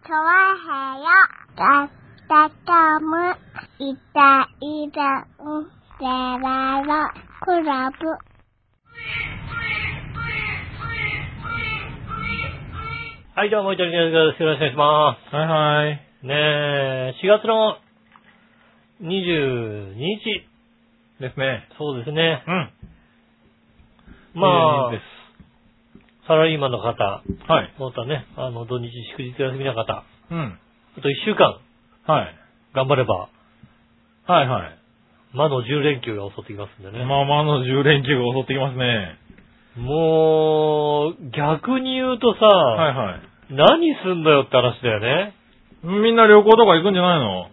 좋아해요따뜻함을이따이따운데라로클럽 はい、どうも、イタリアンです。よろしくお願いしまはいはい。す。ねえ、4月の22日。ですね。そうですね。うん。まあいいで、サラリーマンの方、す。はい。またね、あの、土日祝日休みな方、うん。あと1週間はい。頑張れば、はいはい。魔の10連休が襲ってきますんでね。まあまあの10連休が襲ってきますね。もう、逆に言うとさ、はいは何すんだよって話だよね。い。みんな旅行とか行くんじゃないの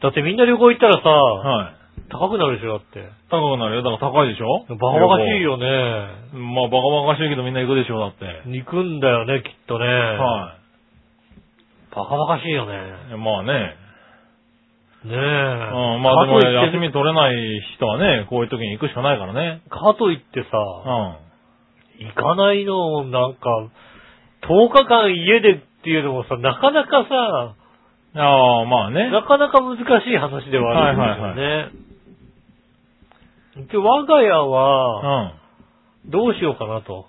だってみんな旅行行ったらさ、はい。高くなるでしょ、だって。高くなるよ。だから高いでしょバカバカしい。よ旅ね。行まあバカバカしいけどみんな行くでしょ、だって。行くんだよね、きっとね。はバカバカしいよね。い。まあね。ねえ。うん。まあでもかといって休み取れない人はね、こういう時に行くしかないからね。かといってさ、うん。行かないのもなんか、10日間家でっていうのもさ、なかなかさ、ああ、まあね。なかなか難しい話ではあるんですよね。で、我が家うは、ん。どうしようかなと。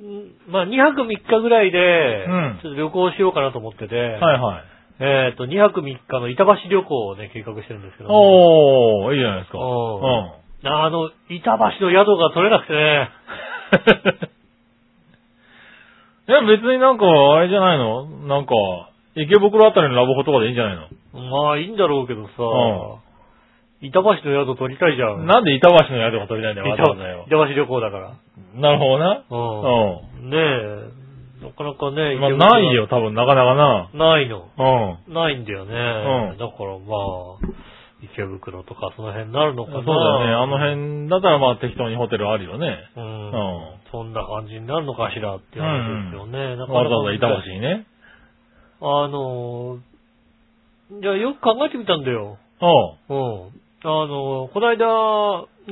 うん。んまあ、2泊3日ぐらいでうん、ちょっと旅行しようかなと思ってて、はいはい。えっ、と、2泊3日の板橋旅行をね、計画してるんですけども、おー、いいじゃないですか。おーうん。あの、板橋の宿が取れなくてね、 いや、別になんか、あれじゃないのなんか、池袋あたりのラブホとかでいいんじゃないまあいいんだろうけどさ、う板橋の宿取りたいじゃのん。なんで板橋の宿が取りたいんだよ、わ板ざわざよ板。橋旅行だから。なるほどな。う。うんねえ、なかなかね、ん。池袋まあ、ない。よ、多分、なかなかな。ないの。うん。ないんだよね。うんだからまあ、池袋とかその辺になるのそかうな。だよね。あの。辺だったら、まあ、適当にホテルあるよね。うん。うんそんな感じになるのかしらっていう話ですよね。なかなかわざわざ板橋にね。あのー、じゃあよく考えてみたんだよ。おううん。あのー、こないだ、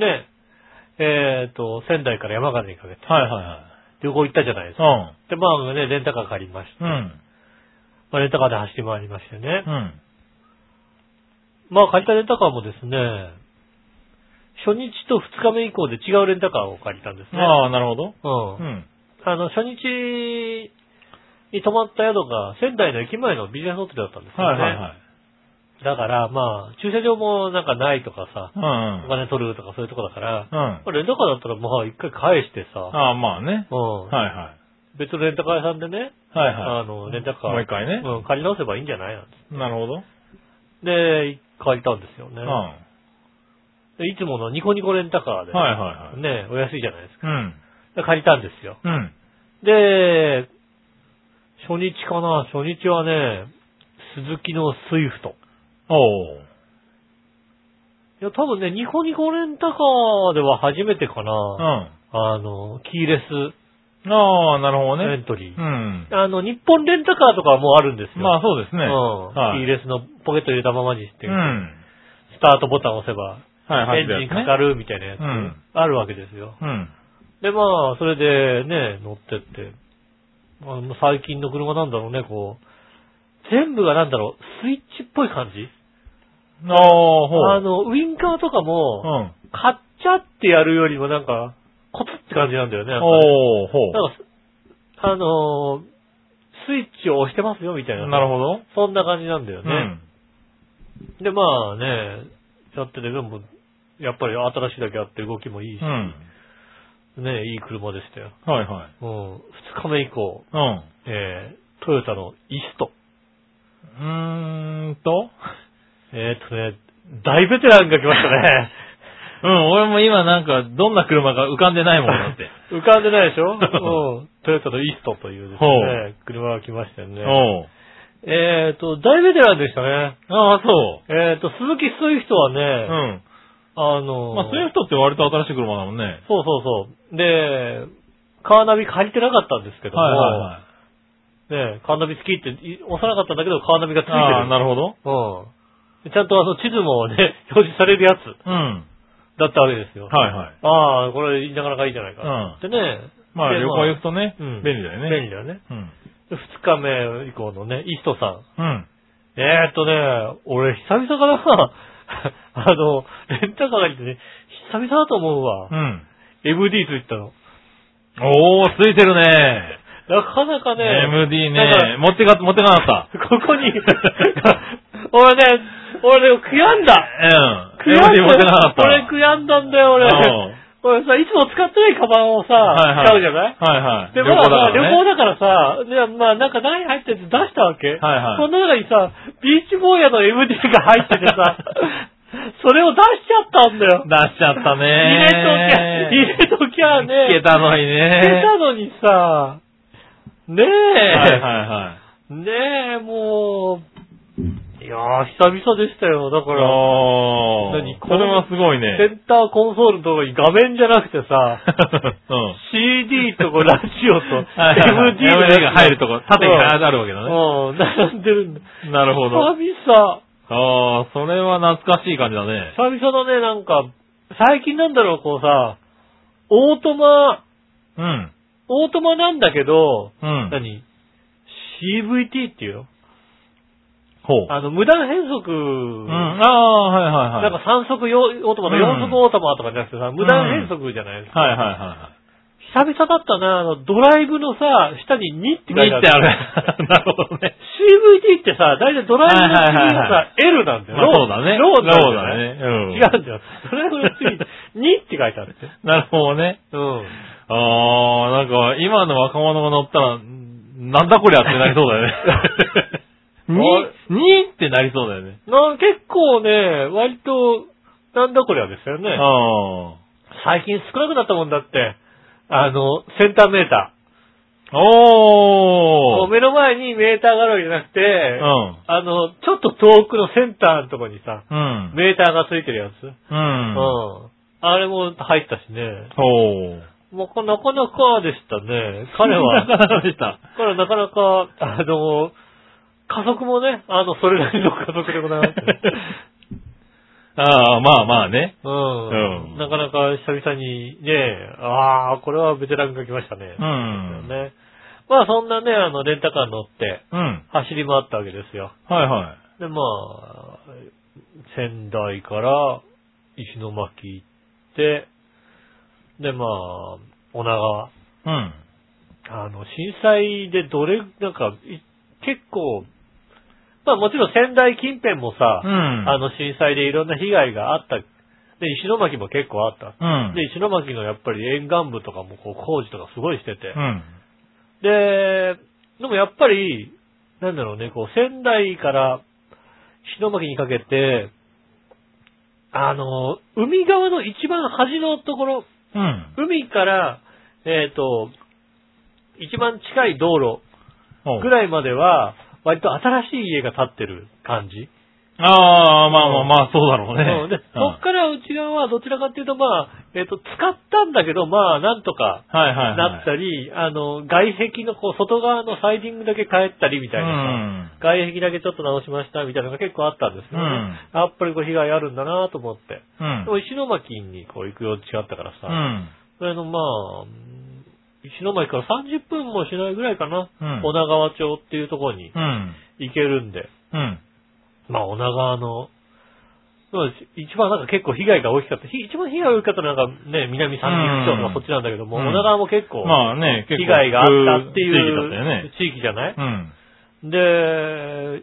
ね、えっ、と、仙台から山形にかけてはいは旅行行ったじゃないですいか。はで、まあね、レンタカー借りましい。うて、ん。うん。まあ、レンタカーで走ってまいりましてねう。ん。まあ借りたレンタカーもですね、初日と二日目以降で違うレンタカーを借りたんですね。ああ、なるほど。うんう。ん。あの、初日に泊まった宿が仙台の駅前のビジネスホテルだったんですよね。はいはいはい。だから、まあ、駐車場もなんかないとかさ、うんお金取るとかそういうとこだから、うん。うん。まあレンタカーだったらまあ一回返してさ、ああ、まあね。うんはいは別のレンタカー屋さんでね、い。はいはい。あの、レンタカー、もう一回ね。うん、借り直せばいいんじゃないなんてなるほど。で、借りたんですようねん。。はいでいつものニコニコレンタカーで、はいはい。ね、お安いじゃないですか。うん。で借りたんですよ。うん。で、初日かな初日はね、鈴木のスイフト。おう。いや、多分ね、ニコニコレンタカーでは初めてかうん。な、ああの、キーレあ、なるほスどエねン。トリー。うん。あの、日本レンタカーとかはもうあるんですよ。まあそうですね。うん。はいキーレスのポケット入れたままにして、うん。スタートボタンを押せば、はいはい。エンジンかかる。るみたいなやつ、うんあるわけですよ。うん。で、まあ、それでね、乗ってって、まあ、もう最近の車なんだろうね、こう、全部がなんだろう、スイッチっぽい感じああ、ほう。あの、ウインカーとかも、うん。カッチャってやるよりもなんか、コツって感じなんだよね。なんかねおう、ほなんかすあのースイッチを押してますよ、みたいな。う。なるほど。そんな感じなんだようね。ん。で、まあね、やってて、でも、やっぱり新しいだけあって動きもいいし、うん。ね、いい車でしたよ。はいはい。うん。二日目以降、うん。えー、トヨタのイスト。うーんと。えーっとね、大ベテランが来ましたね。 うん、俺も今なんか、どんな車が浮かんでないもんだ って。浮かんでないでしょ うん。トヨタのイストというですほねう、車が来ましたよね。おう。えーっと、大ベテランでしたね。ああ、そえーっと、鈴木スイフトはね、う。うん。あのーまあ、スイフトって割と新しい車だもんね。そうそうそう。で、カーナビ借りてなかったんですけども、はいはいはい。ね、カーナビ好きってい押さなかったんだけど、カーナビがついてる。ああ、なるほど。うん。ちゃんとあの地図もね、 表示されるやつうん。だったわけですよ。はいはい。ああ、これなかなかいいじゃないか。うんでね。まあで旅行行くとね、うん便利だよね。便利だよね。うん。で二日目以降のね、イストさん。うん。えーっとね、俺久々かな あの、レンタカー借りてね、久々だと思うわ。うん。 MD ついてたの。おー、ついてるね。なかなかね、 MD だからね。持ってか、持ってかなかっここに、 俺ね、俺ね、悔やんだた。う悔ん。MD やん持ってかなかだった。俺悔やんだんだよ、うん俺。俺さ、いつも使ってないカバンをさ、はいはい。買うじゃないはいはい。で、まあまあ旅行だだからさ、でまあなんか何入ってるって出したわけ。はいはいその中にさ、ビーチボーイヤの MD が入ってて さ、それを出しちゃったんだよ。からね。出しちゃったね。入れときゃ、入れときゃね。聞けたのにね。聞けたのにさ、ねえ、はいはいはい。ねえ、もう、いやー、久々でしたよ。だから、おー何それはすごセいね。ンターコンソールのところに画面じゃなくて さ、うん。 CD とこうラジオとはいはいはい MD のやつ MD が入るとこ、縦にあるわけだね。うん、並んでるんだ。なるほど。久々。ああ、それは懐かしい感じだね。久々だね、なんか、最近なんだろう、こうさ、オートマ、うん。オートマなんだけど、うん。何 ?CVT っていうのほう。あの、無断変速、うん。ああ、はいはないはんい。か3速よオートマとうん4速オートマとかじゃなくてさ、無断変速じゃないですか。はいはいは久々だったな、あの、ドライブのさ、下に2ってい。書いて見あてる。ある。 なるほどね。 CVT ってさ、大体ドライブの次がさ、はいはいは L なんだよ。まあそうだね。ローローだだね。ね。うん。違うんだよ。ドライブの次、2って書いてあるって。なるほどね。うん。ああ、なんか、今の若者が乗ったら、なんだこりゃってなりそうだよ ね。に、にってなりそうだよね。な結構ね、割と、なんだこりゃですよね。ああ。最近少なくなったもんだって、あの、センターメーター。おこーう。目の前にメーターがあるわけじゃなくて、うん。あの、ちょっと遠くのセンターのとこにさ、うん。メーターがついてるやつ。う。うんん。あれも入ったしね。おー。もうなかなかでしたね。彼は、なかなかでした。彼はなかなか、あの、加速もね、あの、それなりの加速でございます。 ああ、まあまあね。うんうんなかなか久々にね、ああ、これはベテランが来ましたね。うんね。まあそんなね、あの、レンタカー乗ってうん。走り回ったわけですよ。はいはい。で、まあ、仙台から石巻行って、で、まあ、女川。うん。あの、震災でどれ、なんか、い結構、まあもちろん仙台近辺もさ、うん。あの震災でいろんな被害があった。で、石巻も結構あった。うん。で、石巻のやっぱり沿岸部とかもこう工事とかすごいしててう。ん。で、でもやっぱり、なんだろうね、こう仙台から石巻にかけて、あの、海側の一番端のところ、うん。海から、えっ、と、一番近い道路おうぐらいまでは、割と新しい家が建ってる感じ。ああ、まあまあまあ、そうだろうね。うんで、そっから内側はどちらかっていうと、まあ、えっ、と、使ったんだけど、まあ、なんとかうんはいはいはい。なったり、あの、外壁のこう、外側のサイディングだけ変えたりみたいなさ、外壁だけちょっと直しましたみたいなのが結構あったんですけどね。うんやっぱりこう、被害あるんだなと思って。うん。でも石巻にこう、行く用地があったからさ、うん。それのまあ、うん石巻から30分もしないぐらいかな、うん女川町っていうところにうん。行けるんで、うん。まあ、女川の、まあ一番なんか結構被害が大きかった。ひ一番被害が大きかったのはなんかね、南三陸町とうんかそっちなんだけども、うん女川も結構、まあね、結構。被害があったってい地域だったようね。地域じゃない、うん。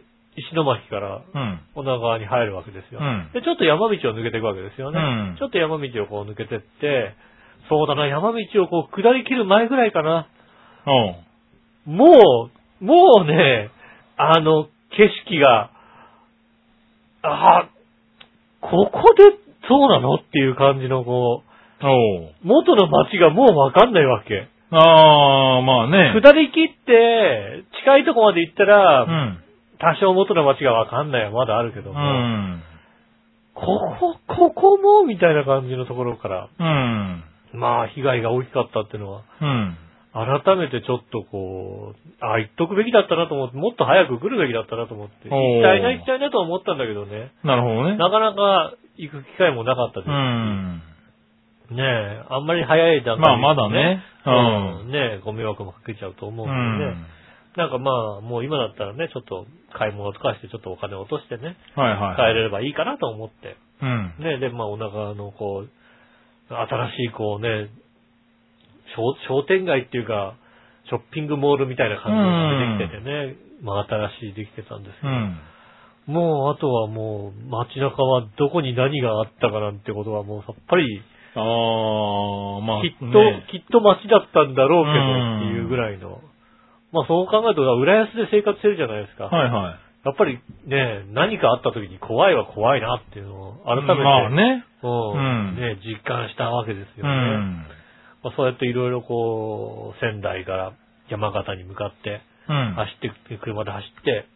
で、石巻からうん。女川に入るわけですよ、うんで、ちょっと山道を抜けていくわけですよね。うんちょっと山道をこう抜けてって、そうだな、山道をこう下り切る前ぐらいかな。おう。もう、もうね、あの、景色が、あここでそうなのっていう感じの、こう、おう。元の街がもうわかんないわけ。ああ、まあね。下り切って、近いとこまで行ったら、うん。多少元の街がわかんないはまだあるけうども、ん。ここ、ここも、みたいな感じのところから、うん。まあ、被害が大きかったっていうのは、うん。改めてちょっとこう、あ、行っとくべきだったなと思って、もっと早く来るべきだったなと思って、おー行きたいな行きたいなとは思ったんだけどね、なるほどね。なかなか行く機会もなかったですうし、ん。ねえ、あんまり早い段階でまあまだねうんうんねえ、ご迷惑もかけちゃうと思うんでね、なんかまあ、もう今だったらね、ちょっと買い物とかしてちょっとお金を落としてね、はい帰はい。れればいいかなと思って。うん。ね、で、まあお腹のこう、新しいこうね、商商店街っていうか、ショッピングモールみたいな感じが出てきててね、まあ新しいできてたんですけうど、ん。もうあとはもう街中はどこに何があったかなんてことはもうさっぱり、ああ、まあ、きっと、ねきっと街だったんだろうけうんどっていうぐらいの。まあそう考えると、浦安で生活してるじゃないですか。はいはい。やっぱりね、何かあった時に怖いは怖いなっていうのを改めて、まあね。うんうんね、実感したわけですうよね。ん。まあ、そうやっていろいろこう、仙台から山形に向かって、うん。走って、車で走って、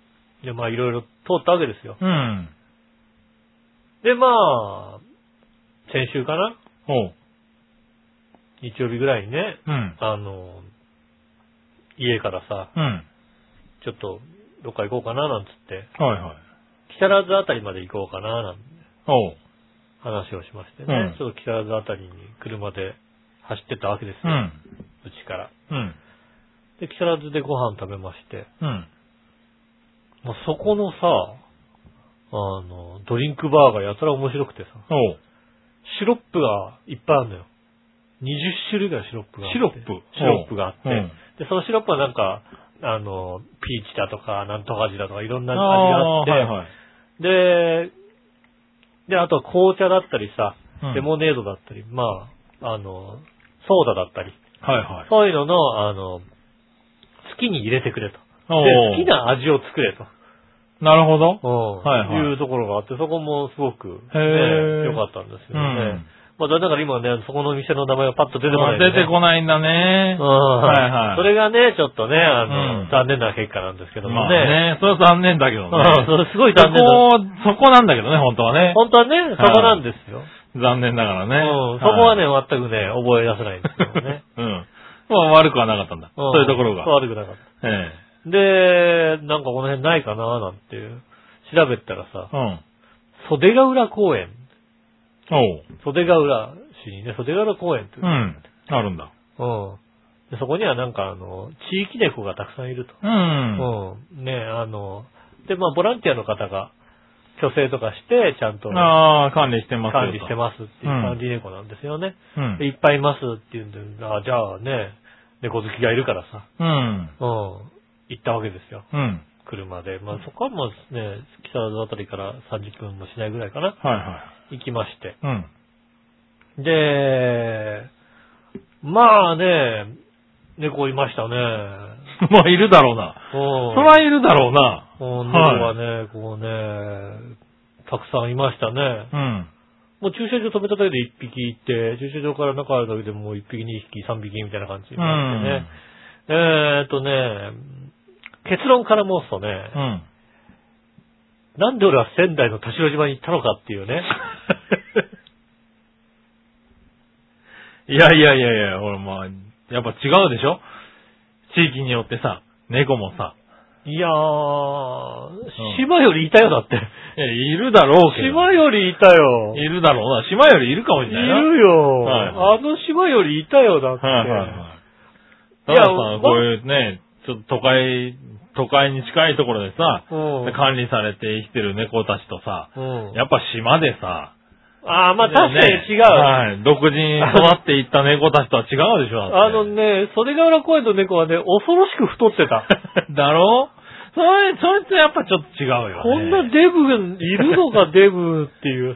で、まあいろいろ通ったわけですよ。うん。で、まあ、先週かなおう。日曜日ぐらいにね、うん。あの、家からさ、うん。はいちょっと、どっか行こうかな、なんつって、はい。木更津あたりまで行こうかな、なんておう。話をしましてね、うんちょっと木更津あたりに車で走ってったわけですうよ、ん。うちから。うん。で、木更津でご飯食べまして、うん。まあ、そこのさ、あの、ドリンクバーがやたら面白くてさ、おう。シロップがいっぱいあるのよ。20種類ぐらいシロップがあって。シロップシロップがあって。うんで、そのシロップはなんか、あの、ピーチだとか、なんとか味だとか、いろんな味がああっーて、はいはい。で、で、あとは紅茶だったりさ、うんレモネードだったり、まあ、あの、ソーダだったり、はいはい。そういうのの、あの、好きに入れてくれと。おで、好きう。な味を作れと。なるほど。はいいはいうところがあって、そこもすごく、ねへー、良かったんですうよねん。。まあ、だだから今ね、そこの店の名前がパッと出てこない、ね。出てこないんだねうん。。はいはいそれがね、ちょっとね、あの、うん残念な結果なんですけどもまあね。ね、それは残念だけどうね。んそれすごい残念だ。そこ、そこなんだけどね、本当はね。本当はね、そこなんですよ。残念ながらね。うん、そこはね、全くね、覚え出せないんですけどね。 うん。まあ悪くはなかったんだ。んそういうところが。悪くなかっえた。で、なんかこの辺ないかななんていう、調べたらさえ。、うん。袖ヶ浦公園、おう。袖ヶ浦市にね、袖ヶ浦公園っていうう、ん。あるんだ。うんでそこにはなんかあの、地域猫がたくさんいると。うん。うん。ねあの、で、まあボランティアの方が、虚勢とかして、ちゃんとああ、管理してますよ管理してますっていううん管理猫なんですよね。うんでいっぱいいますっていうんで、あじゃあね、猫好きがいるからさ、ううん。ん、行ったわけですよ。うん。車で。まあそこはもうね、木更津あたりから30分もしないぐらいかな。はいは行きまして。い。うん。 で、まあね、猫いましたね。まあ、いるだろうな。そそれはいるだろうな。うん、猫はいがね、こうね、たくさんいましたね。うん。もう駐車場止めただけで1匹行って、駐車場から中あるだけでもう1匹、2匹、3匹みたいな感じにうなってんね。。えーっとね、結論から申すとね、うん。なんで俺は仙台の田代島に行ったのかって いうね。いやいやいやいや、俺まあ、やっぱ違うでしょ地域によってさ、猫もさ、いやーん、島よりいたよだって。いやいるだろうけど。島よりいたよ。いるだろうな。島よりいるかもしいれないな。るよ、はいあの島よりいたよだって。はいはいはい。たいやださ、こういうね、ちょっと都会、都会に近いところでさ、うん管理されて生きてる猫たちとさ、うんやっぱ島でさ、ああ、まあ確かに違う。ねはい。独自に育っていった猫たちとは違うでしょ、だってあのね、袖ヶ浦公園の猫はね、恐ろしく太ってた。 だろそれ、それとやっぱちょっと違うよね。こんなデブがいるのか、デブっていうう。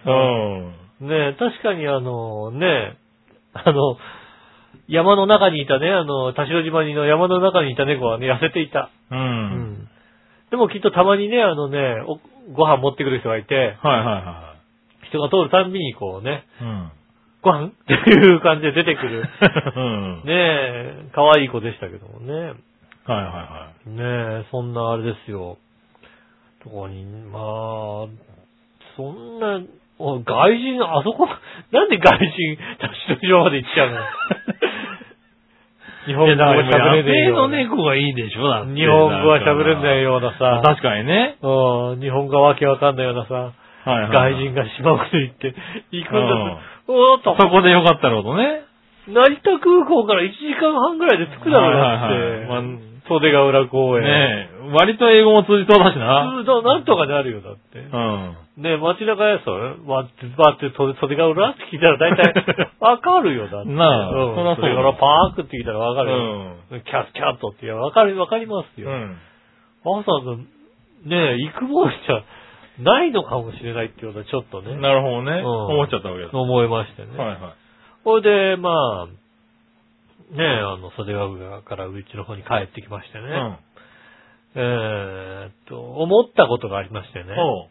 さ。ね確かにあの、ねあの、山の中にいたね、あの、田代島にの山の中にいた猫はね、痩せていた。うんうん。でもきっとたまにね、あのね、おご飯持ってくる人がいて、はいはいは人が通るたんびにこうね、い。うん。ご飯っていう感じで出てく る。うん。ねえ、可愛い子でしたけどもね。はいはいはねえ、そんなあれですよ。とこに、まあ、そんな、お外人、あそこ、 なんで外人、田代島まで行っちゃうの 日本い。語が喋れ野ねえ生よのうな。猫がいいでしょ、だって日本語は喋れないようなだからさ、確かにね。うん日本語はわけわかんないようなさ、はいはい外はい。人が島まで行って、行くんだと、おーっと、そこでよかったろうとね。成田空港から1時間半ぐらいで着くだろうなって。はいはいはいまあ袖ヶ浦公園。ねえ、割と英語も通じそうだしな。普通だなんとかなるよ、だって。うん。ねえ、街中やさ、わって、わって、袖袖ヶ浦って聞いたら大 体、わかるよ、だって。なあうん、そらそうだ袖ヶ浦パークって聞いたらわかるよ。キャッ、キャットって、いやわかる、わかりますうよ。ん。わざわざ、ねえ、行くもんじゃないのかもしれないっていうのはちょっとね、なるほどね。うん思っちゃったわけです。思いましてね。はいはい。それで、まあ、ねえ、あの、袖ヶ浦からうちの方に帰ってきましてね。うん。えーっと、思ったことがありましてね。おう。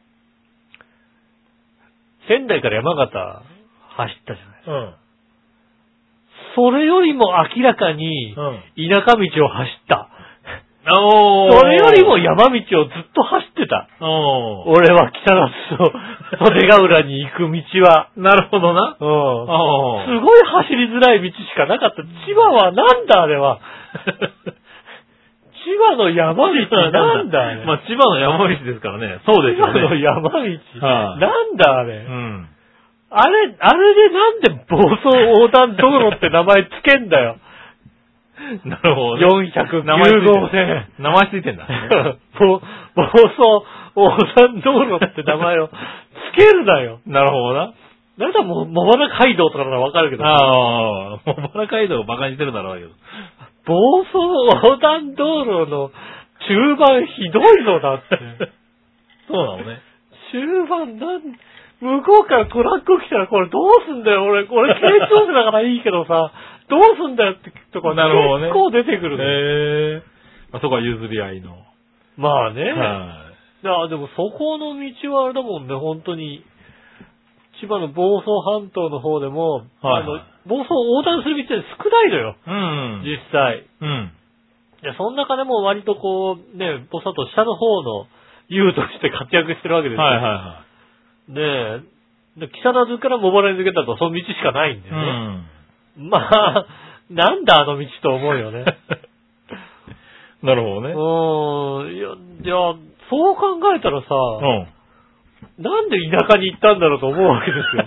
仙台から山形走ったじゃない。うん。それよりも明らかに、うん。田舎道を走った。おそれよりも山道をずっと走ってた。お俺は北夏と袖ヶ浦に行く道は。なるほどな。うん。おすごい走りづらい道しかなかった。千葉はなんだあれは。千葉の山道なんだあれ。まあ、千葉の山道ですからね。そうです千葉よのね。山道。はいなんだあれ。うん。あれ、あれでなんで暴走横断道路って名前つけんだ よ。なるほどね。 409名前ついてる号線。名前ついて んだ。暴暴走横断道路って名前をつけるなよ。なるほどな。なんだもう、桃田街道とかならわかるけど、ああ、茂原街道を馬鹿にしてるだろうよ。暴走横断道路の中盤ひどいぞだ って。そうなのね。中盤なん、向こうからトラック来たらこれどうすんだよ、俺、俺軽装車だからいいけどさ、どうすんだよってとかなるほどね結構出てくるのよへえ。まあ、そこは譲り合いの。まあね。はいや、でもそこの道はあれだもんね、本当に。千葉の房総半島の方でも、はあいの、房総横断する道って少ないのよ、い。うん。実際。うん。で、その中でも割とこう、ね、ぼさっと下の方の優として活躍してるわけですよ。はいはねえ。で、木更津から茂原に抜けたとその道しかないんでいね。はい。まあ、なんだあの道と思うよね。 うん。 なるほどね。うーん、いや、いや、そう考えたらさ、うん。なんで田舎に行ったんだろうと思うわけですよ。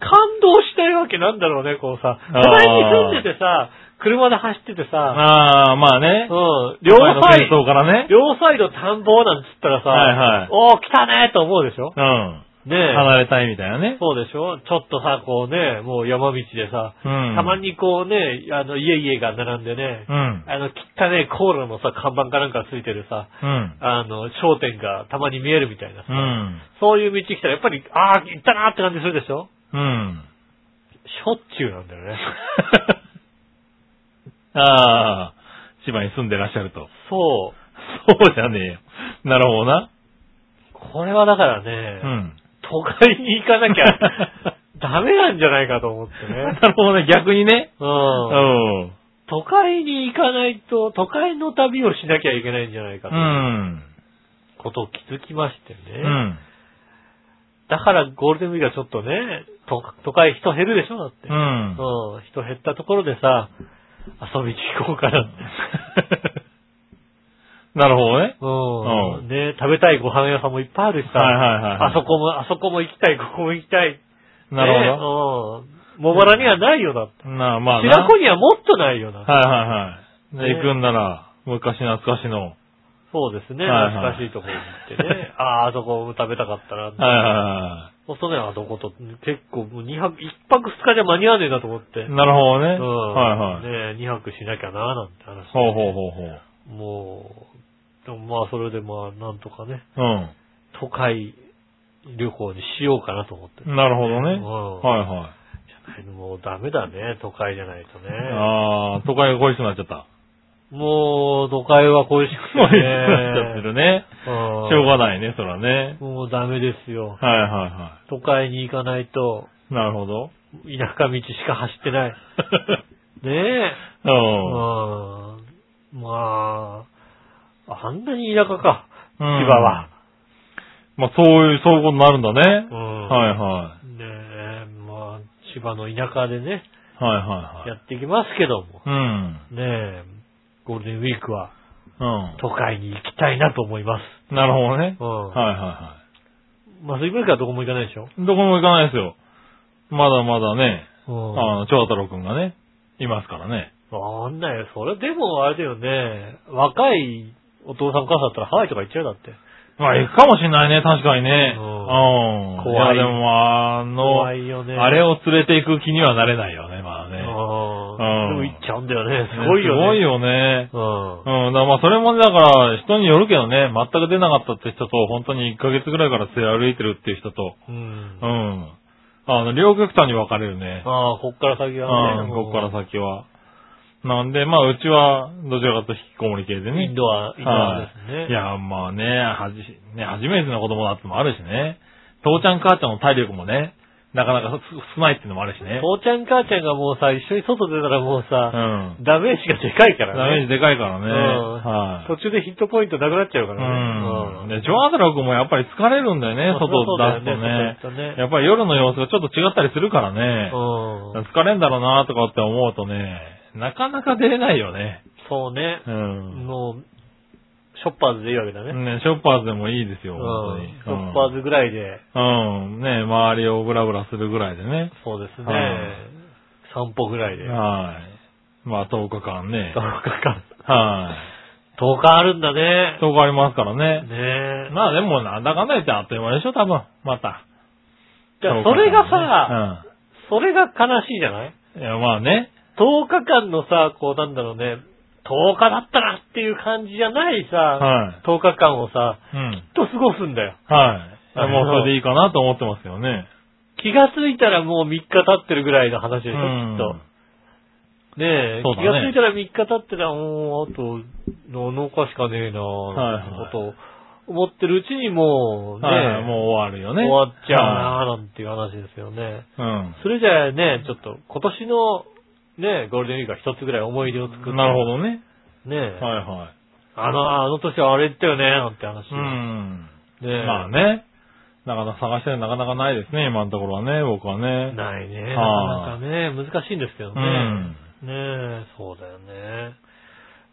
感動したいわけなんだろうね、こうさ。あー隣に住んでてさ、車で走っててさ、 ああ、まあねう。ん、両前のサイ戦ド、争からね。両サイド田んぼなんつったらさ、はいはいおー、来たねーと思うでしょうん。ねえ。離れたいみたいなね。そうでしょちょっとさ、こうね、もう山道でさ、うん。たま。にこうね、あの、家々が並んでね、うん。あの、汚ね航路のさ、看板かなんかついてるさ、うん。あの、商店がたまに見えるみたいなさ、うん。そういう道来たらやっぱり、ああ、行ったなーって感じするでしょうん。しょっちゅうなんだよ ね。ああ、千葉に住んでらっしゃると。そう。 そうじゃねえよ。なるほどな。これはだからうね、ん。都会に行かな きゃダメなんじゃないかと思ってなね。 るほどね、逆にね。う。うんん。都会に行かないと、都会の旅をしなきゃいけないんじゃないかうと、ん。ことを気づきましてね。うん。だからゴールデンウィークはちょっとね、都都会人減るでしょだって。ううんん。人減ったところでさ、遊びに行こうかなって。 なるほどね。う。うんね食べたいご飯屋さんもいっぱいあるしさ、はいはいはいはいあそこも、あそこも行きたい、ここも行きたい。なるど。うほん。茂原にはないよだって。ど。なあ、まあな。白子にはもっとないよな。はいはいはい。ねで、行くんなら、昔懐かしの。そうですね。はい懐はいかしいところに行って ね。ああ、あそこも食べたかったな。はいはおそねあそこと、結構もう2泊、1泊2日じゃ間に合わねえなと思って。いはい。なるほどね。うん。はいはい。ねえ、2泊しなきゃな、なんて話。ほうほうほうほう。もう、でもまあそれでまあなんとかね、うん。都会旅行にしようかなと思って。なるほどね。うんはいはい。もうダメだね、都会じゃないとね。ああ、都会が恋しくなっちゃった。もう、都会は恋しくて 恋しくなっちゃってね。るね。うんしょうがないね、そらね。もうダメです よ。はいはいは都会に行かないと、い。なるほど。田舎道しか走ってない。ねえ。ううん。ん。まあ、あんなに田舎か、千葉千葉は。。まあそういう、そういうことになるんだうね。ん。はいはねえ、まあ、千葉の田舎でね、い。はいはいやはい。っていきますけども。うん。ねえ、ゴールデンウィークはう都会に行きたいなと思います。ん。なるほどね。うん。はいはいはまあ、そういう分からどこも行かないでしょ。い。どこも行かないですよ。まだまだね、うあん。の、長太郎くんがね、いますからね。わかんないよ。それでもあれだよね。若いお父さんお母さんだったらハワイとか行っちゃうよだって。まあ、行くかもしんないね、確かにね。ううんん。怖いやでも、あの、怖いよね。あれを連れて行く気にはなれないよね、まあうね。ん。うんでも行っちゃうんだよね。すごいよね。すごいよね。うん。うん、だからまあそれもねだから人によるけどね、全く出なかったって人と、本当に1ヶ月ぐらいから連れ歩いてるっていう人と、うんう。ん。あの、両極端に分かれるね。ああ、こっから先はね。うん、もうこっから先は。なんで、まあ、うちは、どちらかというと引きこもり系でインね。ドア、インドアですね。いや、まあね、はじ、ね、初めての子供だってのもあるしね。父ちゃん母ちゃんの体力もね、なかなかす少ないっていうのもあるしね。父ちゃん母ちゃんがもうさ、一緒に外出たらもううさ、ん。ダメージがでかいかダらね。メージでかいからね。うんはい。途中でヒットポイントなくなっちゃうかうらね。ん。で、ジョアドラ君もやっぱり疲れるんだよね、まあ外出そうだよねすと外出すとねね。やっぱり夜の様子がちょっと違ったりするからね。うん。うん。疲れんだろうなとかって思うとね、なかなか出れないよね。そうね。うん。もう、ショッパーズでいいわけだね。ね、ショッパーズでもいいですうよ、ん本当に。ショッパーズぐらいで、うん。うん。ね、周りをブラブラするぐらいでね。そうですねはい。散歩ぐらいで。はい。まあ、10日間ね10。日間。は10日あるんだい。ね。 10日ありますからね。ねえ。まあでも、なんだかんだ言ってあっという間でしょ、多分。また。じゃあ10それが日さ、間ねそれが悲しいじゃないうん。いや、まあね。 10日間のさ、こうなんだろうね、10日だったらっていう感じじゃないさ、は10日間をさ、い。うん。と過ごすんだよ。はい。あもうそれでいいかなと思ってますよね。気がついたらもう3日経ってるぐらいの話でしょ、うんきっと。ねえそうだ気ねがついたら3日経ってたら、もうあと、7日しかねえなぁ、はいはいなんてことを思ってるうちにもうね、はい、もう終わるよね。終わっちゃうはなぁ、なんていう話ですよね。いそれじゃあね、ちょっと今年のね、ゴールデンウィークは一つぐらい思い出を作って。うん。なるほどね。ねえはいはあの、あの年はあれ言ったよね、なんて話。い。うん。ねえまあね。なかなか探してるのなかなかないですね、今のところはね、僕はね。ないね。なはかいなかね、難しいんですけどね。うんねえ、そうだよね。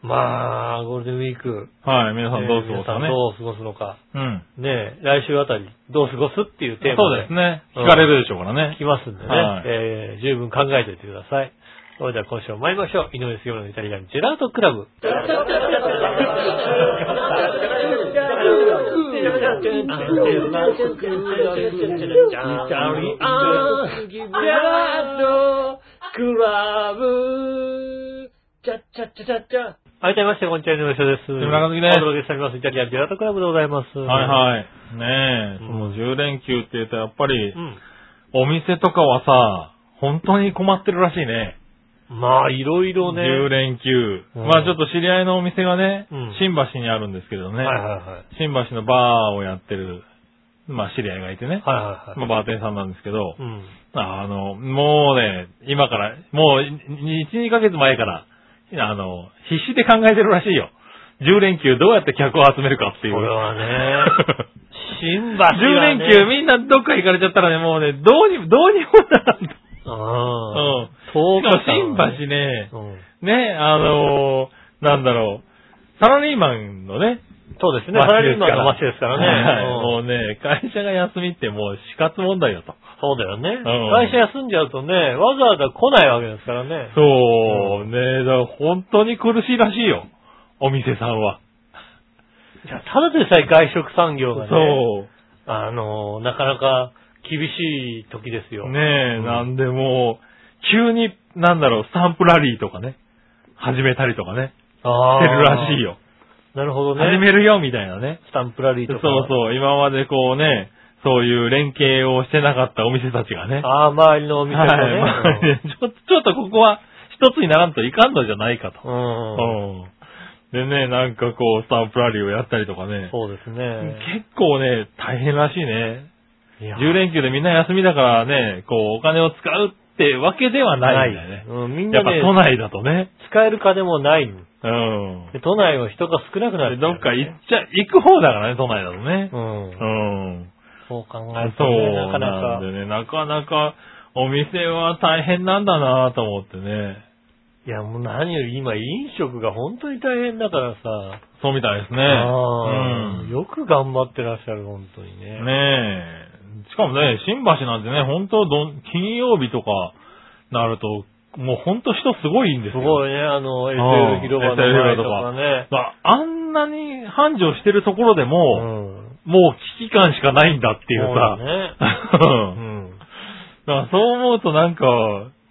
まあ、ゴールデンウィーク。はい、皆さんどう過ごすかね皆さんね。どう過ごすのか。うん。ねえ、来週あたり、どう過ごすっていうテーそうマでですね。うん聞かれるでしょうからね来。ますんでね、はいえー十分考えておいてください。それでは今週も参りましょう。井上杉村のイタリアンジェラートクラブ。改めまして、こんにちは、井上翔です。村上ですお届けしております。イタリアンジェラートクラブでございます。はいはい。ねうえ、んその10連休って言うとやっぱりう、ん。お店とかはさ、本当に困ってるらしいね。まあ、いろいろね。 10連休。うんまあちょっと知り合いのお店がねうん、新橋にあるんですけどはね。いはいはい。新橋のバーをやってる、まあ知り合いがいてね。はいはいはい。まあバーテンさんなんですけど、うん。あの、もうね、今から、もう1、2ヶ月前から、あの、必死で考えてるらしいよ。10連休どうやって客を集めるかっていう。これは ね新橋は、ね。 10連休みんなどっか行かれちゃったらね、もうね、どうにも、どうにもならんと。うん。うん。そうしかも新橋ね、うん。ね、あのーなんだろう、サラリーマンのね、そうですね。サ街ラリでーすマかンらの街ですからね。はいもうんうね、会社が休みってもう死活問題だと。そうだよね、ん会社休んじゃうとね、わざわざ来ないわけですからね。そうね、だから本当に苦しいらしいよ。お店さんは。いやただでさえ外食産業がね、そあの、なかなか厳しい時ですよ。う。ねえ、うんなんでもう、急に、なんだろう、スタンプラリーとかね、始めたりとかね、しあーてるらしい。よ。なるほど始ね。めるよ、みたいなね。スタンプラリーそとうか。そう、今までこうね、そういう連携をしてなかったお店たちがね。ああ、周りのお店とね。はいまあねちょっと、ちょっとここは一つにならんといかんのじゃないかと。うん。うんでね、なんかこう、スタンプラリーをやったりとかね。そうですね。結構ね、大変らしいね。いや10連休でみんな休みだからね、こう、お金を使うってわけではないんだよね。うん、みんなやっぱね、都内だとね。使える金もない。うん。で都内は人が少なくなでる。どっか行っちゃ、行く方だからね、都内だとね。うんう。ん。そう考えるそとね、うなかななんかで。ね、なかなかお店は大変なんだなと思ってね。いや、もう何より今飲食が本当に大変だからさ。そうみたいですね。ああうんよく頑張ってらっしゃる、本当にね。ねえ。しかもね、新橋なんてね、本当どん、金曜日とかなると、もうほんと人すごいんですすよ。ごいね、あの、ん SL 広場の前とかね。まあ。あんなに繁盛してるところでうも、ん。っもう危機感しかないんだっていうさ、ね。ううんん。 だからそう思うとなんか、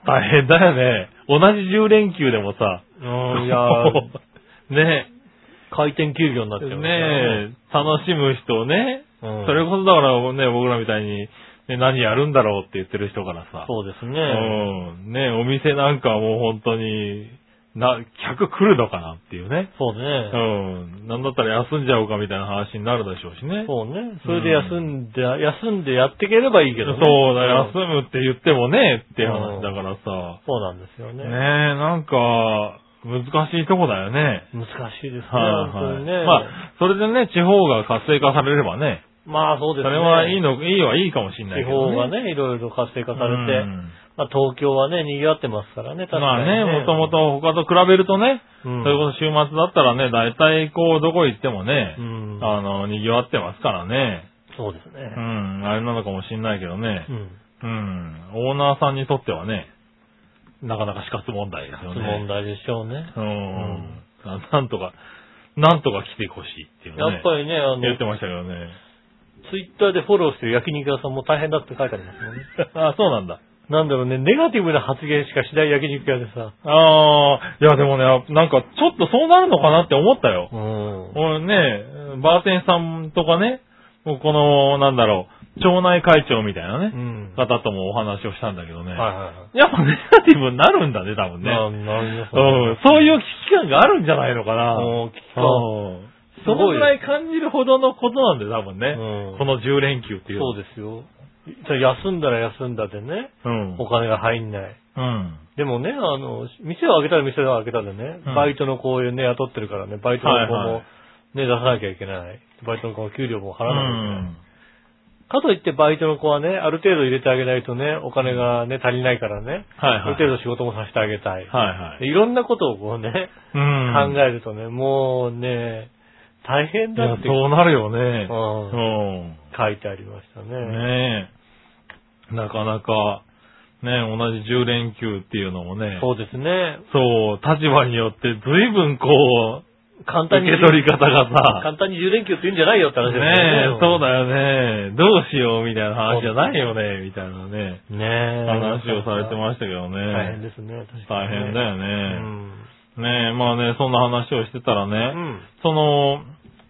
大変だよね。同じ10連休でもさ、うん、いやね回転休業になっちゃうからねえ、楽しむ人をね、うんそれこそだからね、僕らみたいに、ね、何やるんだろうって言ってる人からさ、そうですうね。ん、ねお店なんかはもう本当に、な、客来るのかなっていうね。そうね。うん。なんだったら休んじゃおうかみたいな話になるでしょうしね。そうね。それで休んで、休んでやっていければいいけどね。そうだ、ん休むって言ってもね、っていううん話だからさ。そうなんですよねね。え、なんか、難しいとこだよね。難しいですね、はい本当はい。にね。まあ、それでね、地方が活性化されればね、まあそうでそすね。れはいいの、いいはいいかもしんない地けど方ね。がね、いろいろ活性化されうて、んまあ東京はね、賑わってますからね、確かに、まあね、もとも、と他と比べるとね、うん、それこそ週末だったらね、大体こう、どこ行ってもね、うんあの、賑わってますからね。そうですうね。ん、あれなのかもしんないけどねう。ん。うん、オーナーさんにとってはね、なかなか死活問題ですよね。問題でしょうね。うん。なんとか、なんとか来てほしいっていうね。やっぱりね、あの、言ってましたけどね。ツイッターでフォローしてる焼肉屋さんも大変だって書いてありますもんね。あ、そうなんだ。 なんだろうね、ネガティブな発言しかしない焼肉屋でさ。ああ、いやでもね、なんかちょっとそうなるのかなって思ったよ。うん。俺ね、バーテンさんとかね、もうこの、なんだろう、町内会長みたいなうね、ん。は方ともお話をしたんだけどね。いはいはい。やっぱネガティブになるんだね、多分ね。ななるほどうん、そういう危機感があるんじゃないのかな。もう危機感うんそのぐらい感じるほどのことなんで、多分ね。うんこの10連休っていう。そうですよ。それ休んだら休んだでね、うん。お金が入んない。うん。でもね、あの、店を開けたら店を開けたでね、うんバイトの子をね、雇ってるからね、バイトの子はいはもいね、出さなきゃいけない。バイトの子も給料もう払わなきゃいけない。かといってバイトの子はね、ある程度入れてあげないとね、お金がね、足りないからね、はいはい。ある程度仕事もさせてあげたい。はいはい。でいろんなことをこうね、うん考えるとね、もうね、大変いだやってそうなるよね。うん書いてありましたね。うん。ねえ。なかなか、ねえ同じ10連休っていうのもね。そうですね。そう、立場によって随分こう、簡単受に。け取り方がさ、簡単に10連休って言うんじゃないよって話ですよねえ、そうねだよね。どうしようみたいな話じゃないよね、みたいなね、ねえ。話をされてましたけどね。大変ですね、確かに大ね変だよね。うん。ねえ、まあね、そんな話をしてたらうね、ん。その、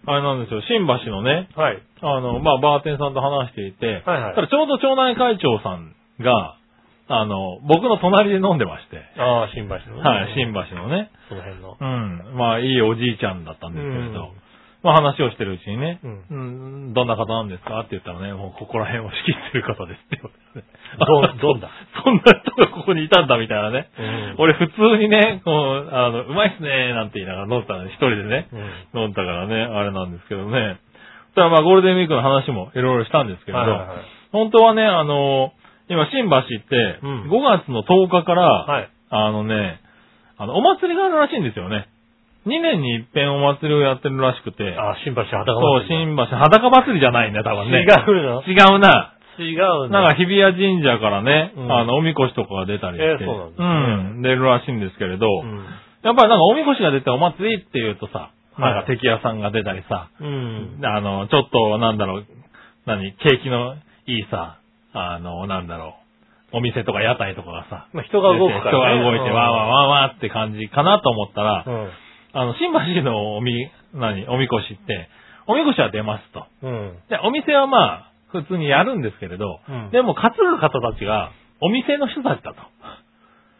あれなんですよ、新橋のね、はい。あの、まあ、バーテンさんと話していて、はいはいただちょうど町内会長さんが、あの、僕の隣で飲んでまして、ああ、新橋のね。はい、新橋のね、その辺のう。ん、まあ、いいおじいちゃんだったんですけれうどん、まあ、話をしてるうちにね、うんうんどんな方なんですかって言ったらね、もうここら辺を仕切ってる方ですって言われてね。 どんどんだそんな人がここにいたんだみたいなね。うん俺普通にね、こう、あの、うまいっすねなんて言いながら飲んでたのに一人でね、うん飲んだからね、あれなんですけどね。ただまあゴールデンウィークの話もいろいろしたんですけれど、はいはいはい本当はね、あの、今新橋って、うん5月の10日から、はい。あのね、あの、お祭りがあるらしいんですよね。2年に一遍お祭りをやってるらしくて、ああ、新橋裸祭そう、新橋、裸祭りじゃないね、多分ね。違うの違うな。違うなんか、か日比谷神社からね、うんあの、おみこしとかが出たりして、ええそうなんですねうん出るらしいんですけれど、うんやっぱりなんかおみこしが出てお祭りっていうとはさ、いなんか敵屋さんが出たりさ、うん。あの、ちょっと、なんだろう、何、景気のいいさ、あの、なんだろう、お店とか屋台とかがさ、まあ人が動くからね人が動いて、うんわーわーわーわーって感じかなと思ったら、うん。あの、新橋のおみ、何、おみこしって、おみこしは出ますと。うん。で、お店はまあ、普通にやるんですけれど、うんでも担ぐ方たちが、お店の人たちだと。は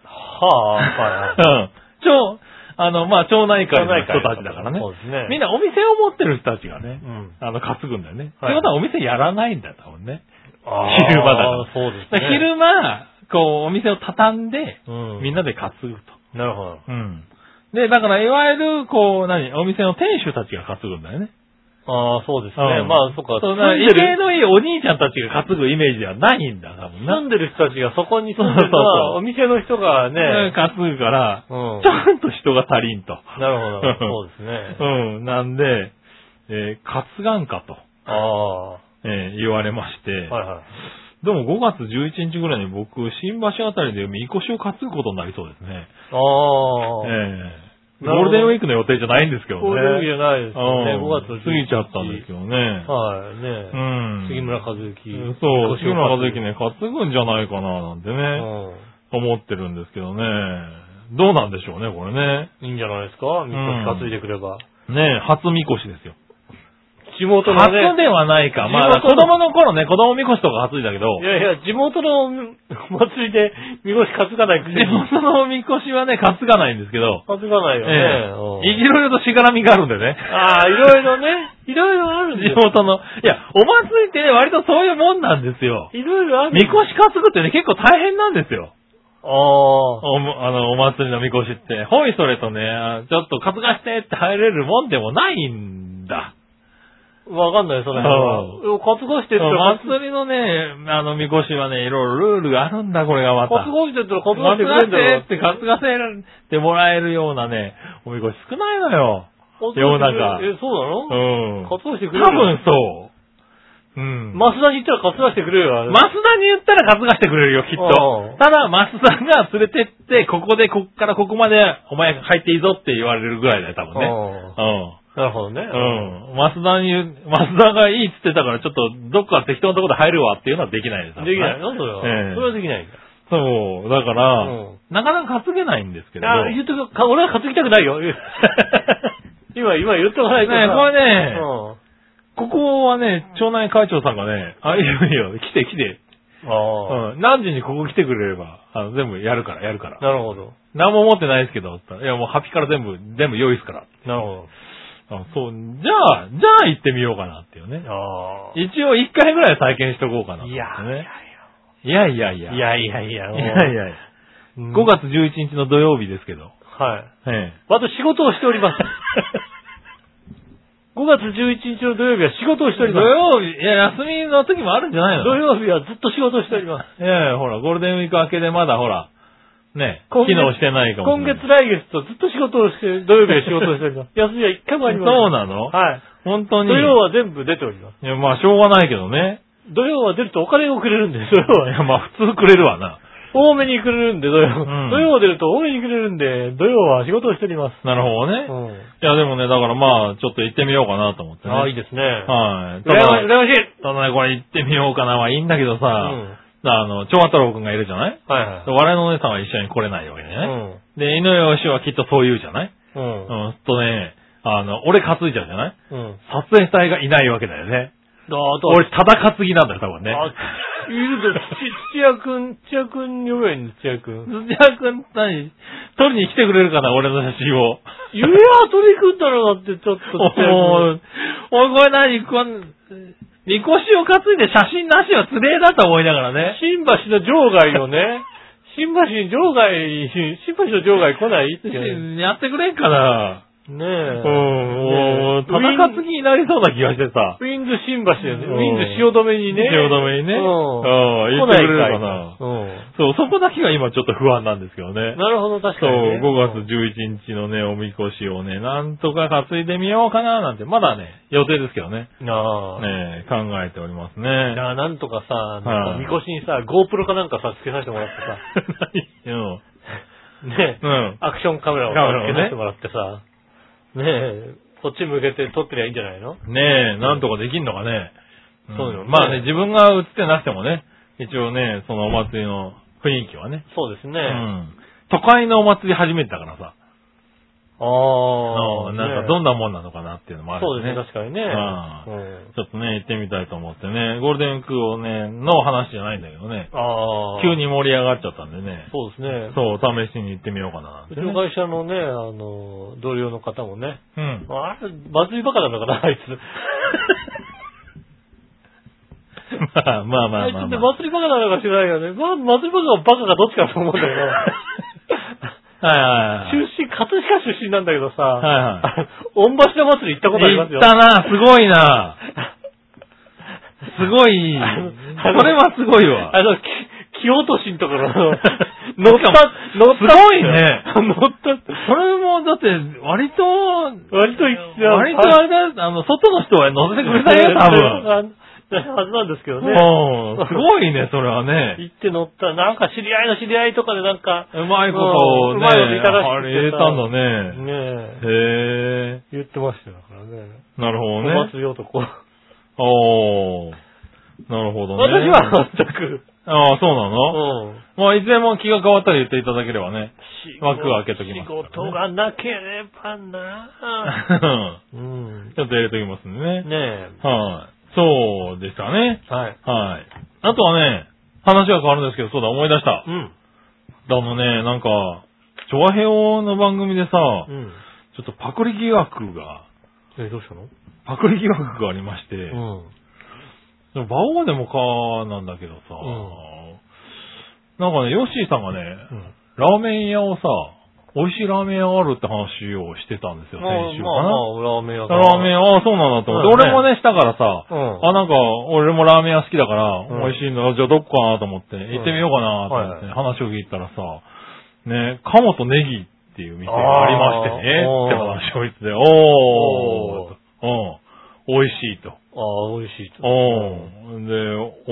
あ、はいはい。 うん。町、あの、まあ、町内会の人たちだからね。そうですね。みんな、なお店を持ってる人たちがね、うん。あの、担ぐんだよね。はいってことはお店やらないんだよ、多分ね。あー昼間だから。そうですだねから。昼間、こう、お店を畳んで、うんみんなで担ぐと。なるほど。うん。で、だから、いわゆる、こう、何、お店の店主たちが担ぐんだよね。ああ、そうですね。うんまあ、そっか。そ住んな、ん威で勢る、のいいお兄ちゃんたちが担ぐイメージではないんだ、多分住な。んでる人たちがそこに住んでるのは、おそうそうそう店の人がね、担ぐから、うんち。ゃんと人が足りんと。なるほど。そうですね。うん、なんで、えー、担がんかと、ああ、はえー言われまして、いはい。でも5月11日ぐらいに僕、新橋あたりでみこしを担ぐことになりそうですね。ああ。ええなゴーるほどルデンウィークの予定じゃないんですけどね。こういうわけじゃないですよね。5月うのん過ぎちゃったんですけどね。はい、ね。うん。杉村和幸。そう、杉村和幸之ね、担ぐんじゃないかな、なんてね、う思ってるんですけどね。どうなんでしょうね、これね。ん。いいんじゃないですかみこし担いでくれば。ねえ初みこしですよ。地元の初ね。ではないか。ま地あ、元の子供の頃ね、子供みこしとか担いだけど、いやいや、地元の祭りで、みこし担がないくせに。地元のみこしはね、担がないんですけど、担がないえよえね。うんいろいろとしがらみがあるんでね。ああ、いろいろね。いろいろあるんです地よ。元の。いや、お祭りってね、割とそういうもんなんですよ。いろいろある。みこし担ぐってね、結構大変なんですよ。ああ。おも、あの、お祭りのみこしって、ほいそれとね、あちょっと担がしてって入れるもんでもないんだ。わかんない、それは。担がしてっおたら、祭りのね、あの、みこしはね、いろいろルールがあるんだ、これがまた。担がしてったら担がし担てくれがんせだろーって、担がせてもらえるようなね、おみこし少ないのよ。担がしてくれ世の中え、そうなのうん。担がして多くれる分そう。うん。マスダに行ったら担がしてくれるよあれ、マスダに言ったら担がしてくれるよ、きっおうと。ただ、マスダが連れてって、ここで、こっからここまで、お前が帰っていいぞって言われるぐらいだよ、多分ね。ね。うん。なるほどね。うん。マスダに言う、マスダがいいっつってたから、ちょっと、どっか適当なところで入るわっていうのはできないです、できない多の分ねそれは。ええそれはできないんだ。そう。だから、うんなかなか担げないんですけど。あ、言っとく、か俺は担ぎたくない よ。今、今言っとかないとさ。ねこれねうんここはね、町内会長さんがね、あ、いいよいいよ、来て来て。ああ、うん。何時にここ来てくれれば、あの、全部やるから、やるから。なるほど。何も持ってないですけど、つったらいやもうハピから全部、全部用意すから。なるほあそう、じゃあ、じゃあ行ってみようかなっていうねど。。あ一応一回ぐらい体験しとこうかな、あ。いや、ね。いやいやいや。いやいやいや。いやいやいや。 5 5。月11日の土曜日ですけど。はい。ええ。私仕事をしており ます。5月11日の土曜日は仕事をしてお土ります。曜日、いや、休みの時もあるんじゃないの土曜日はずっと仕事をしております。ええ、ほら、ゴールデンウィーク明けでまだほら、ね、今機月能してないかも今しれない。月、来月とずっと仕事をして、土曜日は仕事をしておりま す。休みは一回もありません。そうなのはい。本当に。土曜は全部出ております。いや、まあ、しょうがないけどね。土曜は出るとお金をくれ るんで、土曜いは。や、まあ、普通くれるわな。多めにくれるんで、土曜。うん土曜出ると多めにくれるんで、土曜は仕事をしております。なるほどね。うん。いや、でもね、だからまあ、ちょっと行ってみようかなと思ってね。ああ、いいですね。はい。羨ましいただただね、これ行ってみようかなはいいんだけどさ、うんあの、蝶太郎くんがいるじゃないはいはい。我のお姉さんは一緒に来れないわけうね。で、井上義はきっとそう言うじゃないん。ううん。ん、すっとね、あの、俺担いじゃうじゃないうん。撮影隊がいないわけだよね。ああと、俺、ただ担ぎなんだよ、多分ね。あ、いるで、ち、ちやくん、ちやくんに呼べばいいんです、ちやくん。土屋くん、何 撮りに来てくれるかな、俺の写真を。いや、取り組んだろだって、ちょっと、ちやもう、おい、これ何こん、みこしを担いで写真なしはつれえだと思いながらね。新橋の場外をね、新橋に場外、新橋の場外来ないって。ねやってくれんかな。え。うん、もう、ねえ戦つ気になりそうな気がしてさ。ウィンズ新橋でね、うんウィンズ汐留にね。汐留にね。ううんん。言ってくれるかな来。いそう、そこだけが今ちょっと不安なんですけどかうん。ね。なるほど、確そかう、にね。 5月11日のね、おみこしをね、なんとか担いでみようかななんて、まだね、予定ですけどね。なあ。ねえ考えておりますね。じゃあ、なんとかさ、なんかはいみこしにさ、GoPro かなんかさ、つけさせてもらってさ、何 ねえう、ん。アクションカメラをカメラさをつねけさせてもらってさ、ねえ、こっち向けて撮ってりゃいいんじゃないのうん。ねえ、なんとかできんのかね。んそうよねまあね、自分が映ってなくてもね、一応ね、そのお祭りの雰囲気はね。そうですね。うん。都会のお祭り初めてだからさ。あうあ、んなんかどんな、なもんなのかなっていうのもあるそうしですね、確かにね。ああうんちょっとね、行ってみたいと思ってね、ゴールデンウィークをね、の話じゃないんだけどね、ああ。急。に盛り上がっちゃったんでね、そうですね。そう、試しに行ってみようかななんうてちね、の会社のね、あの、同僚の方もね、 うん。あれ、祭りバカなんだから、あいつ。まあまあ まああいつまっあまてあ。祭りバカなのか知らないよね。まあ、祭りバカはバカかどっちかと思うんだ けど。はいはいはい出身、葛飾出身なんだけどさ、 はいはいあの御柱祭り行ったことあります行よ。ったな、すごい な。すごい。あのあのそれはすごいわ。あの、き木落としのところの、乗ったしか、乗った。すごいね乗った。それも、だって、割と、割と行っちゃう 割とあれだ、あの、外の人は乗せてくれないよ、多分。分。ないはずなんですけどね。うんすごいね、それはね。行って乗ったら、なんか知り合いの知り合いとかでなんか、 うまいことうんうね、まいこといたらしくてさあれ入れたんだね。ねえ、へえ、言ってましたよだからね。なるほ飛どばねす。よとこ。おー。なるほどね。私は全く。ああ、そうなうの、ん。まあ、いずれも気が変わったら言っていただければね。枠を開けときますからね仕事がなければなうん。 ちょっとやれときますんでね。ねはい、そうでしたね。え。はい。はい。あとはね、話は変わるんですけど、そうだ、思い出したう。ん。あのね、なんか、チョアヘオの番組でさ、うん。ちょっとパクリ疑惑が、え、どうしたのパクリ疑惑がありまして、うん。でも、バオーでもかなんだけどさ、うんなんかね、ヨッシーさんがうね、ん。ラーメン屋をさ、美味しいラーメン屋があるって話をしてたんですよ、まあ先週かまあまな。あ、ラーメン屋さん。ラーメン、ああ、そうなんだと思って、そうだね俺もね、したからさ、うん。あ、なんか、俺もラーメン屋好きだから、うん美味しいの、じゃあどこかなと思って、行ってみようかなと思って、うん話を聞いたらさ、ね、鴨とネギっていう店がありましてね、あーって話を言ってて、おー、うん、美味しいと。ああ、美味しいと。うん。で、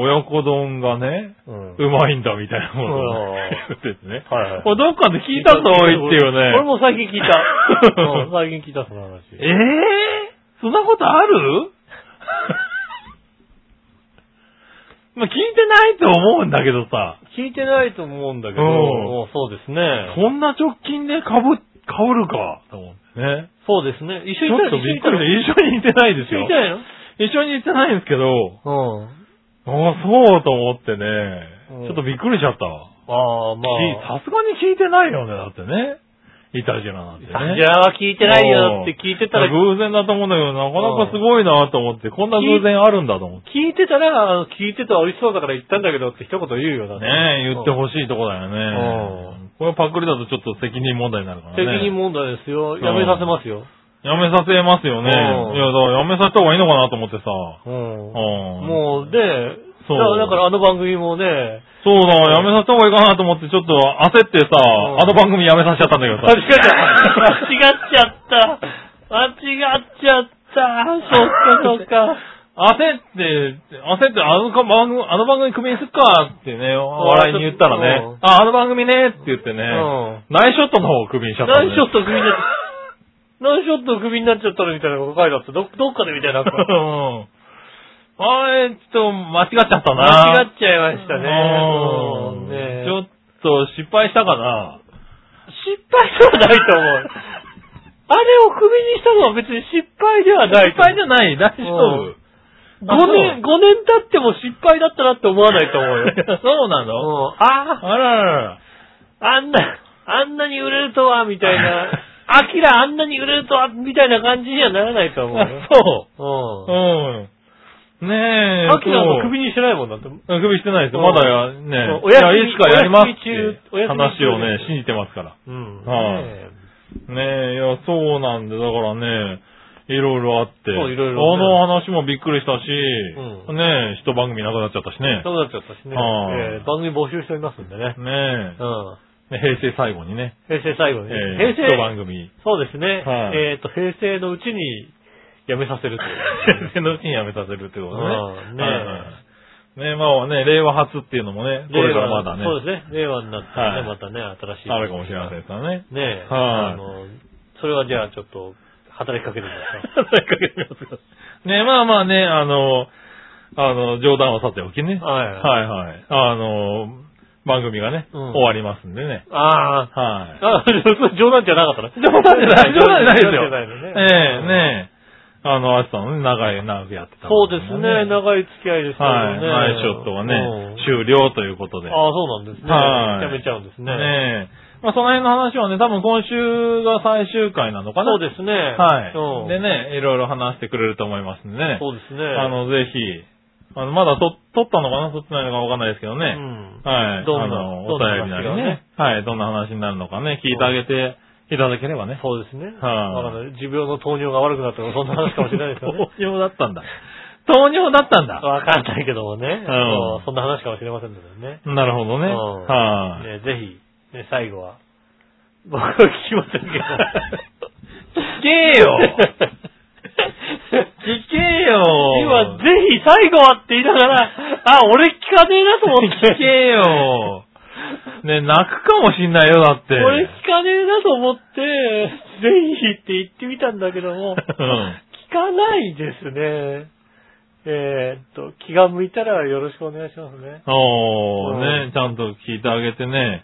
親子丼がね、うん。うまいんだみたいなものをうん言っててね。はいはいこれどっかで聞いたぞ、おいっていう俺ね。も最近聞い た。うん最近聞いた、その話。えー、そんなことある まあ聞いてないと思うんだけどさ、聞いてないと思うんだけど、うんもうそうですね。そんな直近でかぶ、かぶるか、と思ってね。そうですね。一ち緒にょっと行びっったくのりして、一緒に行ってないです一緒に行よっ。たの一緒に行ってないんですけど、一緒に行ったのうん。ああ、そうと思ってね、うんちょっとびっくりしちゃったわ。ああ、まあ。さすがに聞いてないよね、だってね。イタジラなんてね。じゃあ聞いてないよって聞いてたら、偶然だと思うんだけど、なかなかすごいなと思って、こんな偶然あるんだと思って。聞いてたら、あの聞いてた美味しそうだから行ったんだけどって一言言うよだってねえ、言ってほしいとこだよね。これパクリだとちょっと責任問題になるからね。責任問題ですよ。やめさせますよ。やめさせますよね。いうんや、だからやめさせた方がいいのかなと思ってさ。うん。うんもう、で、そうだからだからあの番組もね、そうだ、やめさせた方がいいかなと思って、ちょっと焦ってさ、んあの番組やめさせちゃったんだけどさ。間違っちゃった。間違っちゃった。間違っちゃった。そっかそっか。焦って、焦って、あのか番組、あの番組組にすっかってね、笑いに言ったらうねん、あ、あの番組ねって言ってね、うん。ナイスショットの方を組にしちゃった、何ね。ショットクビになっちゃった。何ショットクビになっちゃったのみたいなこと書いてあった。ど、どっかでみたいな。間うん。あれ、ちょっと間違っちゃったな。違っっちゃいましたね。うんねえちょっと失敗したかな。失敗ではないと思う。あれをクビにしたのは別に失敗ではない失敗じゃない、大丈う夫ん。5年、 五年経っても失敗だったなって思わないと思うよ。あそうなのうんあ あららら。あ、あんな、あんなに売れるとは、みたい な。アキラあんなに売れるとは、みたいな感じにはならない と思うよ。あそうう。うん。ねえ。ん。アキラもク首ビにしてないもんだって。首してないですよ。うんまだや、ねうんお休みいや、いつかやりますってお休み中話をね、信じてますから。うん。はいねえねえ、いや、そうなんで、だからね、いろいろあって。そういろいろねあの話もびっくりしたし、うねえ、一番組なくなっちゃったしね。そうなっちゃったしね。はいえー番組募集しておりますんでね。ねうん。え、平成最後にね、平成最後えに。え平一成、番組。そうですね。はいえっと、平成のうちに辞めさせるという 平。成のうちにやめさせるってことね。うんねえはいはいねえ、まあね、令和初っていうのもね、これからまだね、そうですね。令和になったらね、はまたね、新しい。あるかもしれませんからね。ねえ。はいあの、それはじゃあちょっと、働きかけてみましょう。働きかけてみますか。 ねまあまあね、あの、あの、冗談はさておきね。はい はいはい。あの、番組がね、うん終わりますんでね。ああ。はい。あ、 冗談じゃなかったな。 冗談じゃない、冗談じゃないですよ冗談じゃないのね。ええ、ねえ。あの、あつさんのね、長い、長くやってたそわうけでですもん、ね。長い付き合いでしたけはい。どね。ナイスショットはねうん、終了ということで。ああ、そうなんですね。はいやめちゃうんですね。ねえ。まあ、その辺の話はね、多分今週が最終回なのかな。そうですね。はい。うでん。ね、いろいろ話してくれると思いますんでね。そうですね。あの、ぜひ、あの、まだと撮ったのかな撮ってないのかわかんないですけどうね。ん。はい。どんあなの、どおんな便りなり話がねね。はい。どんな話になるのかね、聞いてあげていただければね。そうですね。はいわかんない持病の糖尿が悪くなったらそんな話かもしれないですよ ね。糖尿だったんだ。糖尿だったんだ。 わかんないけどもね。んうんそんな話かもしれませんのでね。なるほどね。うんはい。ねぜひ、ね、最後は。 僕は聞きま せんけど。聞けよ聞けよ 今あ、ぜひ最後はって言いながら、あ、俺聞かねえなと思って。 聞けよ。ね、泣くかもしんないよ、だって。 俺聞かねえなと思って、ぜひって言ってみたんだけども、うん聞かないですね。えーっと、気が向いたらよろしくお願いしますね。おうんー、ね、ちゃんと聞いてあげてね、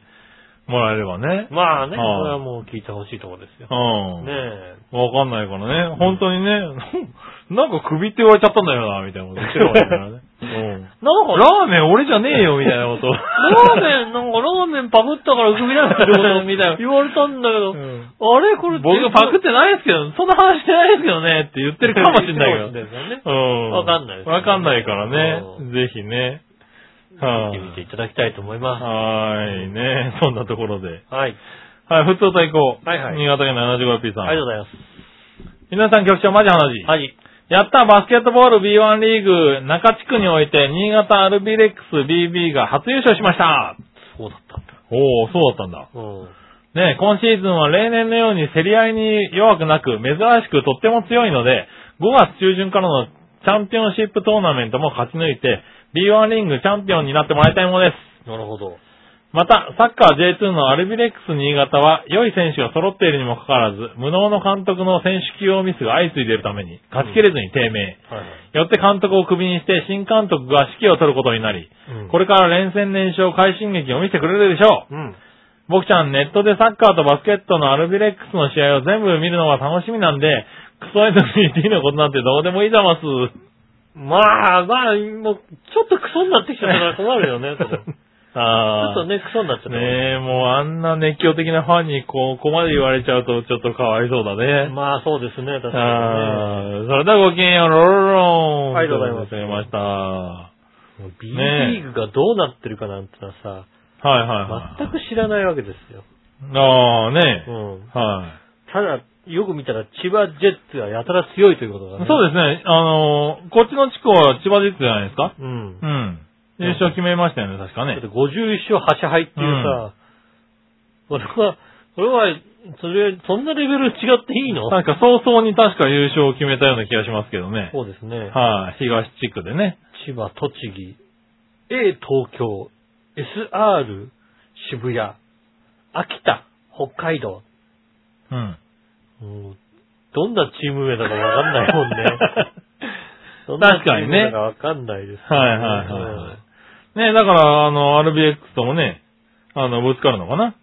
もらえればね。まあね、これはいはもう聞いてほしいところですよ。うん。ねえ。わかんないからね。本当にね、なんか首って言われちゃったんだよな、みたいなこと言ってるわけだからね。うん。なんか、ラーメン俺じゃねえよ、みたいなこと。ラーメン、なんかラーメンパクったから首なんだけど、みたい な。言われたんだけど、うんあれこれ僕がパクっててないですけど、そんな話してないですけどね、って言ってるかもしんないけど。ね。うん。 わかんないですねわかんないからうね。ぜひね。見はていみていただきたいと思いまはーい、ね。そんなところで。す。はい。はい、普通対抗。はいはい新潟県 75P さ。ありがとうんございます。皆さん局長、マジ話。はい。やったバスケットボール B1 リーグ中地区において新潟アルビレックス BB が初優勝しました。そうだったんだ。おー、そうだったんだ。うん。ね今シーズンは例年のように競り合いに弱くなく珍しくとっても強いので、5月中旬からのチャンピオンシップトーナメントも勝ち抜いて B1 リングチャンピオンになってもらいたいものです。なるほど。また、サッカー J2 のアルビレックス新潟は、良い選手が揃っているにもかかわらず、無能の監督の選手起用ミスが相次いでいるために、勝ちきれずに低迷。はいはい。よって監督をクビにして、新監督が指揮を取ることになり、うんこれから連戦連勝快進撃を見せてくれるでしょう。うん。僕ちゃん、ネットでサッカーとバスケットのアルビレックスの試合を全部見るのが楽しみなんで、クソ NPT のことなんてどうでもいいざます。まあまあ、もう、ちょっとクソになってきちゃったから困るよ ね、それちょあっーとね、クソになっちゃったね。ねえ、もうあんな熱狂的なファンにこうここまで言われちゃうとちょっとかわいそうだね。まあそうですね、確かにね。あーそれではごきげんよう、ロロロン。ありがとうございますありがとうございました。はもう B ねえリーグがどうなってるかなんてのはいはいさは、い。全く知らないわけですよ。ああ、ねうえ。ん。はい。ただ、よく見たら千葉ジェッツがやたら強いということだね。そううですね。あのーこっちの地区は千葉実じゃないですかです。うんう。ん。優勝決めましたよね、確かだっねて。51勝8敗っていうさ、俺は、俺は、それ、そんなレベル違っていいの確か早々に確か優勝を決めたような気がしますけどね。そうですね。はい、東地区でね。千葉、栃木、A 東京、SR 渋谷、秋田、北海道。うん。うんどんなチーム名だかわかんないもん ね。どんな確かにねチーム名だかわかんないです、ね。はいはいはいはい。ねだから、あの、RBX ともね、あの、ぶつかるのかなうん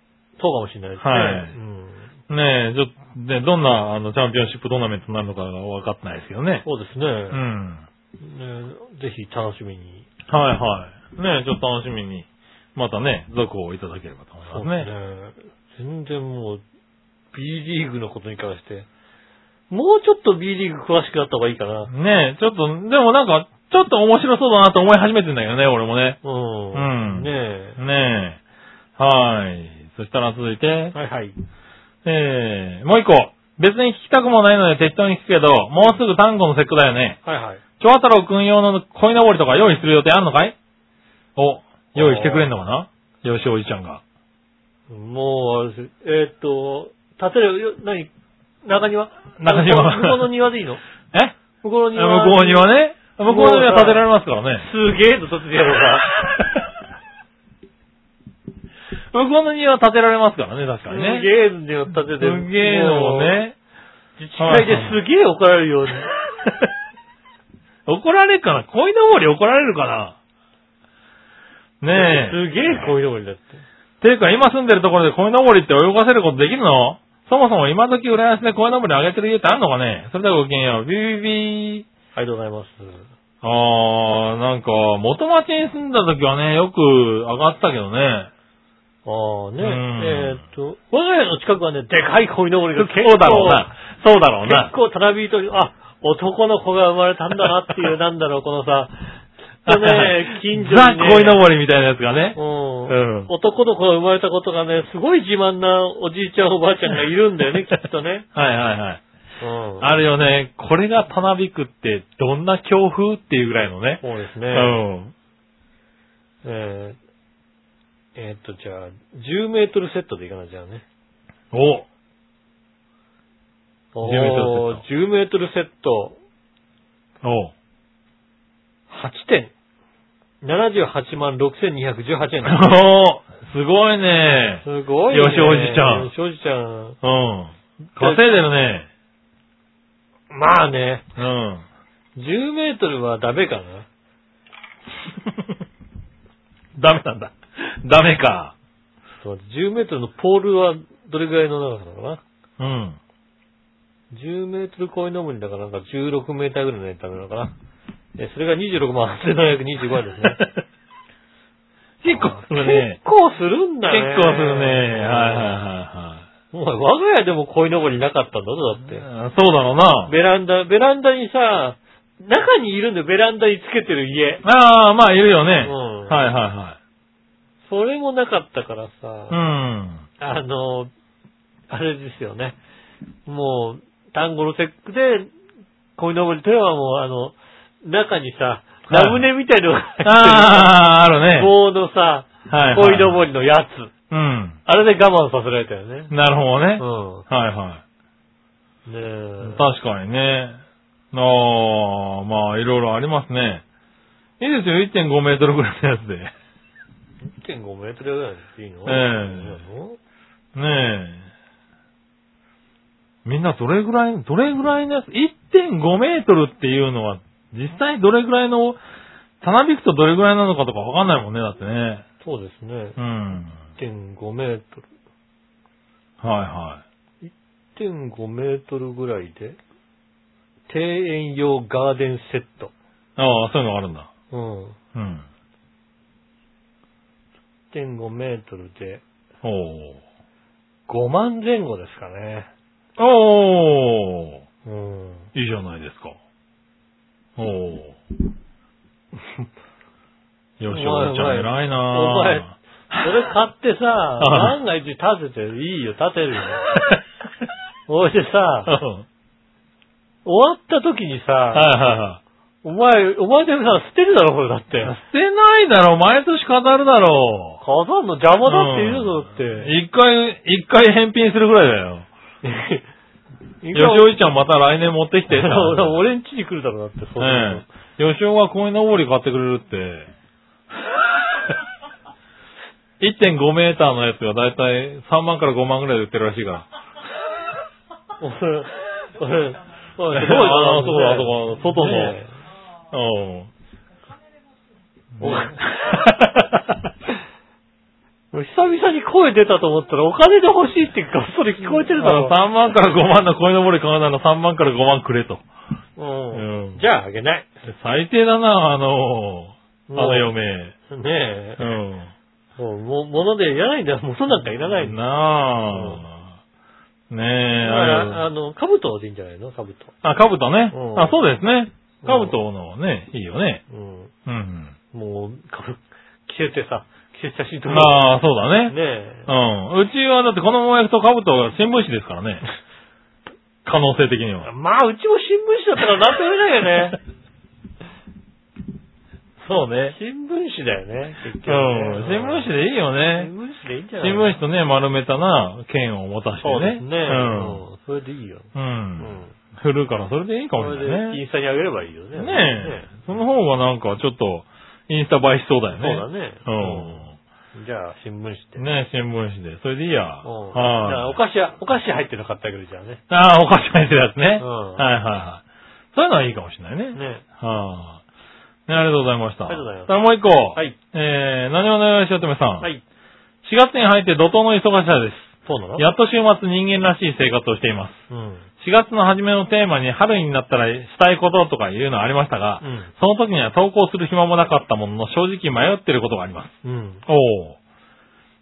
そうかもしれないですね。はいうんねえ、ちょっと、ね、どんな、あの、チャンピオンシップトーナメントになるのかが分かってないですけどね。そうですね,、うん。ね。ぜひ楽しみに。はいはい。ねえ、ちょっと楽しみに、またね、続をいただければと思いますね。そうですね全然もう、B リーグのことに関して、もうちょっと B リーグ詳しくなった方がいいかな。ねえ、ちょっと、でもなんか、ちょっと面白そうだなと思い始めてんだけどね、俺もね。うん。うんねねえ。はい。そしたら続いてえ。、はいはい。えー、もう一個。別に聞きたくもないので適当に聞くけど、もうすぐ単語の節句だよね。はいはい。蝶太郎くん用の鯉のぼりとか用意する予定あんのかいお、用意してくれんのかなよしおじちゃんが。もう、あれですえーっと、建てるよ、何中庭中庭あ向こうの庭でいいのえ向こうの向庭。こうにはね、向こうには建てられますからね。すげえと突然やろう向こうの庭は建てられますからね、確かにか。すね。げえの庭建ててすげえのを。ね。もう自治会ですげえ怒られるよう に。怒られるかな鯉のぼり怒られるかなねえ。すげえこういうとこにだって。ていうか、今住んでるところで鯉のぼりって泳がせることできるのそもそも今時浦安で鯉のぼりあげてる家ってあんのかねそれではごきげんよう。ビビビー。ありがとうございます。あー、なんか、元町に住んだ時はね、よく上がったけどね。ああね、うんえーっと、我が家の近くはね、でかい鯉のぼり そがう結構、だろうな。そうだろうな結。構たなびいと、あ、男の子が生まれたんだなって いう、なんだろう、このさ、ね、近所ザに、ね、鯉のぼりみたいなやつがね。うんうん男の子が生まれたことがね、すごい自慢なおじいちゃんおばあちゃんがいるんだよ ね、きっとね。はいはいはい。うんあるよね。これがたなびくって、どんな強風っていうぐらいのね。そうですうね。ん。えーえーっと、じゃあ、10メートルセットでいかないじゃあね。おお10メートルセッー10メートルセット。お 点。78万6218円 だ。おーすごいね。すごいね。よしおじちゃんよしおじちゃうん。稼いでるね。ん。まあね、 うん。 10メートルはダメかな。ダメなんだ。ダメか。そう10メートルのポールはどれぐらいの長さなのかなうん。 10メートル超えのむりだからなんか16メーターぐらいのやつダメなのかな。え、それが26万8725円ですね。 結構するね。結構するん結だね。構するね。はいはいもう我が家でも鯉のぼりなかったんだぞ、だっはいて。はい。そうだろうな。ベランダ、ベランダにさ、中にいるんだよ、ベランダにつけてる家。ああ、まあいるよね。うんはいはそれもなかったからいさ、は い。うん。あの、あれですよね。もう、単語の節句で、鯉のぼりといえばもう、あの、中にさ、いラムネみたいのが入ってるさああ、あるね。棒のさ、はい、はい。鯉のぼりのやつ。うん。あれで我慢させられたよね。なるほどね。うはいはん。ねえい。確かにね。ああ、まあいろいろありますね。いいですよ、1.5メートルぐらいのやつで。 1.5メートルぐらいっていいのえいいのねえ。みんなどれぐらい、どれぐらいのやつ、1.5メートルっていうのは、実際どれぐらいの、たなびくとどれぐらいなのかとかわかんないもんね、だってね。そうですねう。ん。 1.5メートはル。1.5メートルぐらいで、庭園用ガーデンセット。いはい。ああ、そういうのがあるんだ。うん。うん。 1.5メートルで、お5万前後ですかね。お。おお。うん。いいじゃないですか。おお。 よしおちゃん偉いなお 前それ買ってさ、はい万が一立てていいよ、立てるよ。そしてさ、うん終わった時にはいさ、はいはい。お前、お前でもさ、捨てるだろ、これだって。捨てないだろう、毎年飾るだろう。飾んの邪魔だって言うぞ、だって。一回、一回返品するぐらいだよ。いよしおじちゃんまた来年持って きてさ。俺ん家に来るだろ、だって、そんなのねえ。よしおが鯉のぼり買ってくれる って。1.5メーターのやつがだいたい3万から5万ぐらいで売ってるらしいから。俺、俺、俺、あすごいなのそうだそうだ外のねうん。お え久々に声出たと思ったら、お金で欲しいってがっそり聞こえてるだろ。 3万から5万の鯉のぼり買うなら3万から5万くれと。う。うんんじゃあ、あげない。最低だな、あの、あもうの嫁。ねえう。ん。もう、もう物でいらないんだよ。物なんかいらないんだ。なあ。ねえ、だかあれらあの、兜でいいんじゃないの兜。あ、かぶとねう。んあ、そうですね。うんかぶとのね、いいよね。うん。うん。もう、かぶ、着せてさ、着せた写真撮る。ああ、そうだね。ねう。ん。うちはだってこのまま焼くとかぶとが新聞紙ですから ね。可能性的には。まあ、うちも新聞紙だったからなんとも言えないよね。そうね。新聞紙だよね、う結ん。局ね、新聞紙でいいよ新ね。聞紙でいいんじゃない新聞紙とね、丸めたな、剣を持たしてね。そうですね。うん。うんそれでいいよ。ううんん。。振るからそれでいいかそもしれなれでインいスね。タにあげればいいよね。ねえ。その方がなんかちょっと、インスタ映えしそうだよそうね。だね。うん。じゃあ、新聞紙って。うん。ねえ、新聞紙で。それでいいや。うん。じゃあ、はいお菓子は、お菓子入ってるの買ってあげるじゃんね。ああ、お菓子入ってるやつね。うんはいはいはい。そういうのはいいかもしれないね。ねはあ。ね、ありがとうございました。ありがとうございますさあもう一個。はい。えー、何をのよしおとめさん。。はいい。 4月に入って怒涛の忙しさです。そうなのやっと週末人間らしい生活をしています。うん。 4月の初めのテーマに春になったらしたいこととかいうのはありましたが、うんその時には投稿する暇もなかったものの正直迷ってることがあります。うん。おお。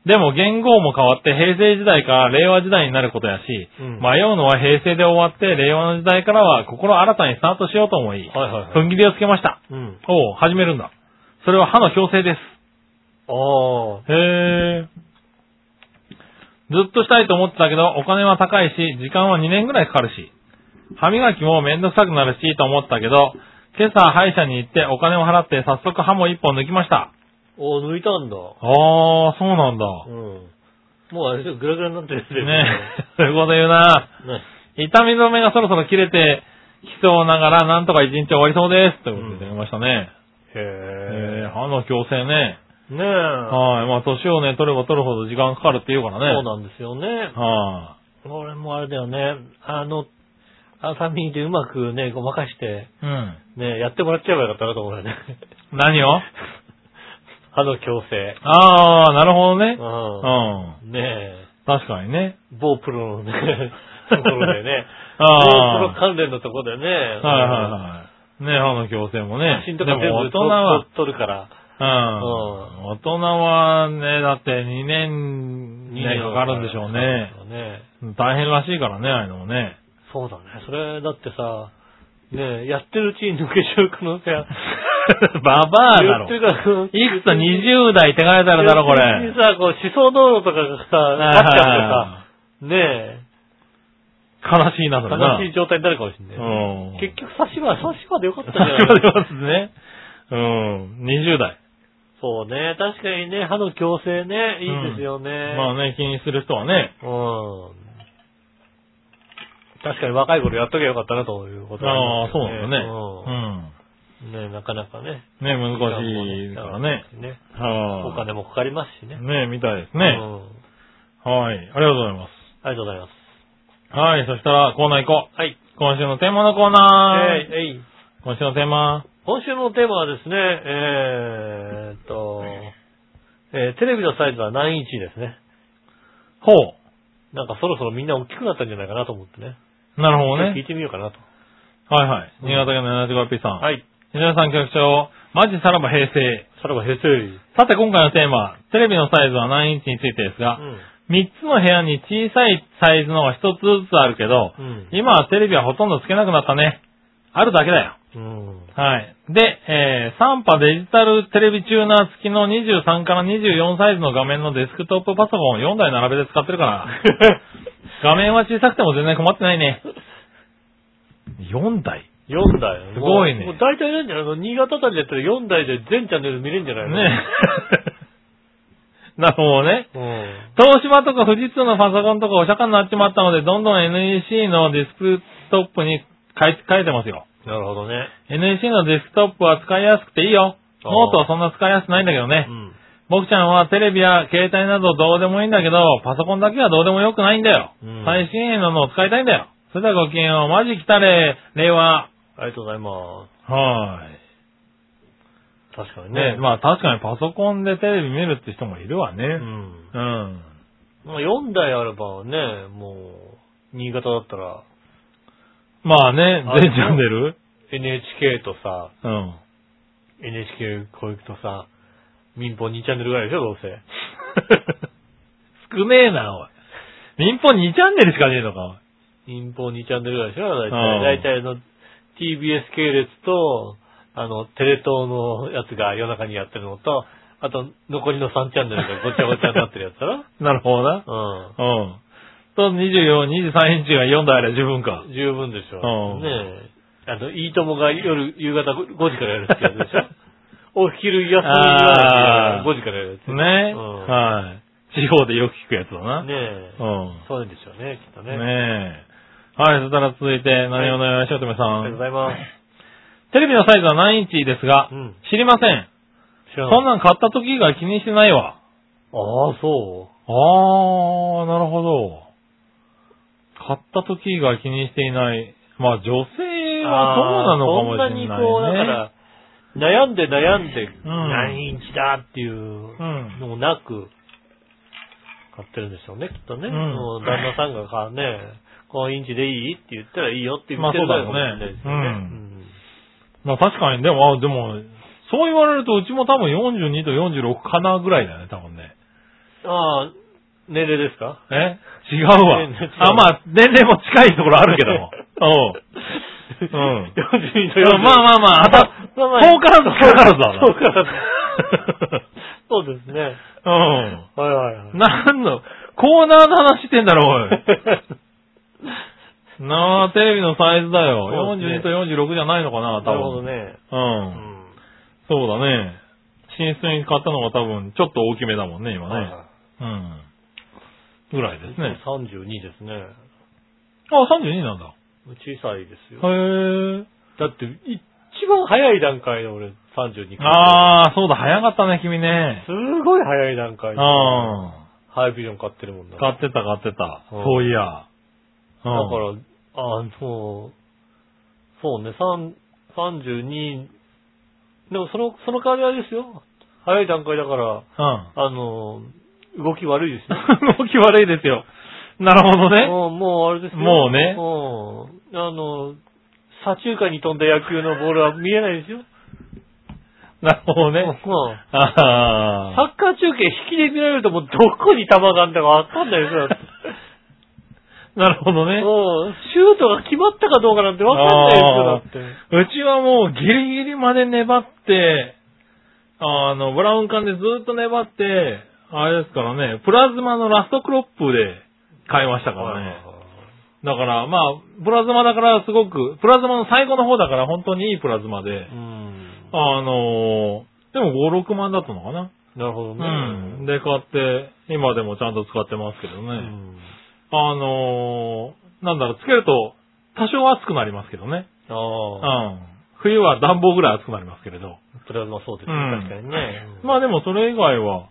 でも元号も変わって平成時代から令和時代になることやし、うん迷うのは平成で終わって令和の時代からは心新たにスタートしようと思い、はいはいはい。踏ん切りをつけました。うん。おお、始めるんだ。それは歯の矯正です。ああ。へえ。ずっとしたいと思ってたけど、お金は高いし、時間は2年ぐらいかかるし、歯磨きもめんどくさくなるしと思ったけど、今朝歯医者に行ってお金を払って早速歯も1本抜きました。おー抜いたんだ。ああ、そうなんだ。うん。もうあれでしょ、グラグラになってるやつだよねそういうこと言うなね。痛み止めがそろそろ切れてきそうながら、なんとか一日終わりそうです。ということでいただきましたね。へへえー、え。歯の矯正ね。ねえ。はい。まあ、年をね、取れば取るほど時間かかるって言うからね。そうなんですよね。は俺もあれだよね。あの、朝見でうまくね、ごまかして、い。うん。ね、やってもらっちゃえばよかったなと思うよね。 何を歯の矯正。ああ、なるほどね。ううん。ねえ。ん。確かにね。某プロの ね、ところでね。某あプあ。ロ関連のところでね。はいはいはい。ね、歯の矯正もね。写真とか全でも部大人は撮、撮るから。うん。大人はね、だって2年、二2年かかるんでしょうね。そうね。大変らしいからね、ああいうのも ね。そうだね。それ、だってさ、ねえやってるうちに抜けちゃう可能性あババアだ言ろ。ってるからいくつ20代って書いてあるだろ、これ。別にさ、こう、思想道路とかがさ、はなっいちゃはってさ、ねえ、悲しいな、それな。悲しい状態になるかもしんないね。うん。結局、差し 歯、差し歯でよかったんじゃない確かにそうですね。うん。20代。そうね、確かにね、歯の矯正ね、いいですよね。まあね、気にする人はね。うん。確かに若い頃やっときゃよかったなということああ、そうなんだね。ね。うん。ねえなかなかね。うん。ね、難しいからね。。ね。はおい。金もかかりますしね。ね、みたいですうね。んはい。ありがとうございます。ありがとうございます。はい、そしたらコーナー行こう。はい。今週のテーマのコーナー。えいえい今週のテーマ。今週のテーマはですね、えーっと、えーテレビのサイズは何インチですね。ほなんかそろそろみんな大きくなったんじゃないかなと思ってね。う。なるほど聞いね。てみようかなと。はいはい。うん新潟県の 75P さん。はい。西田さん局長、マジさらば平成。さらば平成。うん。さて今回のテーマ、テレビのサイズは何インチについてですが、3つの部屋に小さいサイズのが1つずつあるけど、うん今はテレビはほとんどつけなくなったね。あるだけだよ。うん。はい。で、えー、3波デジタルテレビチューナー付きの23から24サイズの画面のデスクトップパソコンを4台並べて使ってるから、画面は小さくても全然困ってないね。4台4台。すごいねもうもう大体なんじゃないの新潟あたりだったら4台で全チャンネル見れるんじゃないの ねなるほどね。うん。東芝とか富士通のパソコンとかお釈迦になっちまったので、どんどん NEC のデスクトップに変え変えてますよ。なるほどね。 NEC のデスクトップは使いやすくていいよ。あノーートはそんな使いやすくないんだけどねう。ん。僕ちゃんはテレビや携帯などどうでもいいんだけど、パソコンだけはどうでもよくないんだよ。うん最新鋭ののを使いたいんだよ。それではごきげんよう。マジ来たれ、令和。ありがとうございまはす。確かーにい。ね。ね、まあ確かにパソコンでテレビ見るって人もいるわね。う。うんん。まあ4台あればね、もう、新潟だったら、まあねあ、全チャンネル NHK とさ、うん。 NHK 教育とさ、民放2チャンネルぐらいでしょ、どう せ。少ねえな、おい。民放2チャンネルしかねえのか、民放2チャンネルぐらいでしょ、大うん体。大体あの、TBS 系列と、あの、テレ東のやつが夜中にやってるのと、あと、残りの3チャンネルがごちゃごちゃになってるやつだ ろなるほどな。ううん。と、24、23インチが4台あれば十分か。ん。十分でしうょ。んねえ。あの、いいともが夜、夕方5時からやるってやつでしょ お昼休みはあー5時からやるやつ。ね。うんはい。地方でよく聞くやつだな。ねえ。うん。そうなんでしょうね、きっとね。ねえ。はい、そしたら続いて、何をのよしおとめさありがとうごん。ざいます。テレビのサイズは何インチですがう、ん。知りません。知らそんない。なん買った時以外気にしてないわ。ああ、そあー、なるほど。買った時以外気にしていない。まあ女う。性はそうなのかもしれない、そね。んなにこう、だから、悩んで悩んで、ん何インチだっていううんのもなく、買ってるんでしょうね、きっとね。うんもう旦那さんがかね、このインチでいいって言ったらいいよって言まっあてそうるだかもろうしねれないですよね。うんまあ確かに、でも、あでも、そう言われるとうちも多分42と46かなぐらいだよね、多分ね。ああ、年齢ですかえ違うわ年齢違う。あ、まあ、年齢も近いところあるけど も。おう。うん。 42とうん40。まあまあまあ、あた、まあまあ遠からず、遠からずだな。そうからずそうですね。はいはいはい。うん。なんの、コーナーの話してんだろ、おい。なあ、テレビのサイズだよ。そうですね42と46じゃないのかな、多 な分。るほどね。ううん。ん。そうだね。寝室に買ったのが多分、ちょっと大きめだもんね、今はいね。はうん。ぐらいですいね。 32ですね。あ、32なんだ。小さいですよ。へえ。だって、一一番早い段階で俺32回。あー、そうだ、早かったね、君ね。すごい早い段う階んで。。ハイビジョン買ってるもんだ。買ってた、買ってた。うんそういや。うだん。から、あーそう、そうね、三32、でもその、その代わりあれですよ。早い段階だから、うん。あの、動き悪いですね。 動き悪いですよ。なるほどね。もう、もうあれですよ。もうねうん。あの、左中間に飛んだ野球のボールは見えないですよ。なるほどうんね。ああ。サッカー中継引きで見られるともうどこに球があんだかわかんないですよ。だってなるほどうね。ん。シュートが決まったかどうかなんてわかんない ですよ、だって。うちはもうギリギリまで粘って、あの、ブラウン管でずっと粘って、あれですからね、プラズマのラストクロップで買いましたからね。だから、まあ、プラズマだからすごく、プラズマの最後の方だから本当にいいプラズマでう、ん。あのーでも5、6万だったのかな。なるほどね。うん。で、買って、今でもちゃんと使ってますけどね。うんあのーなんだろう、つけると、多少暑くなりますけどね。うああ。ん。冬は暖房ぐらい暑くなりますけれど。プラズマそうですね、うん確かにね。まあでも、もそれ以外は、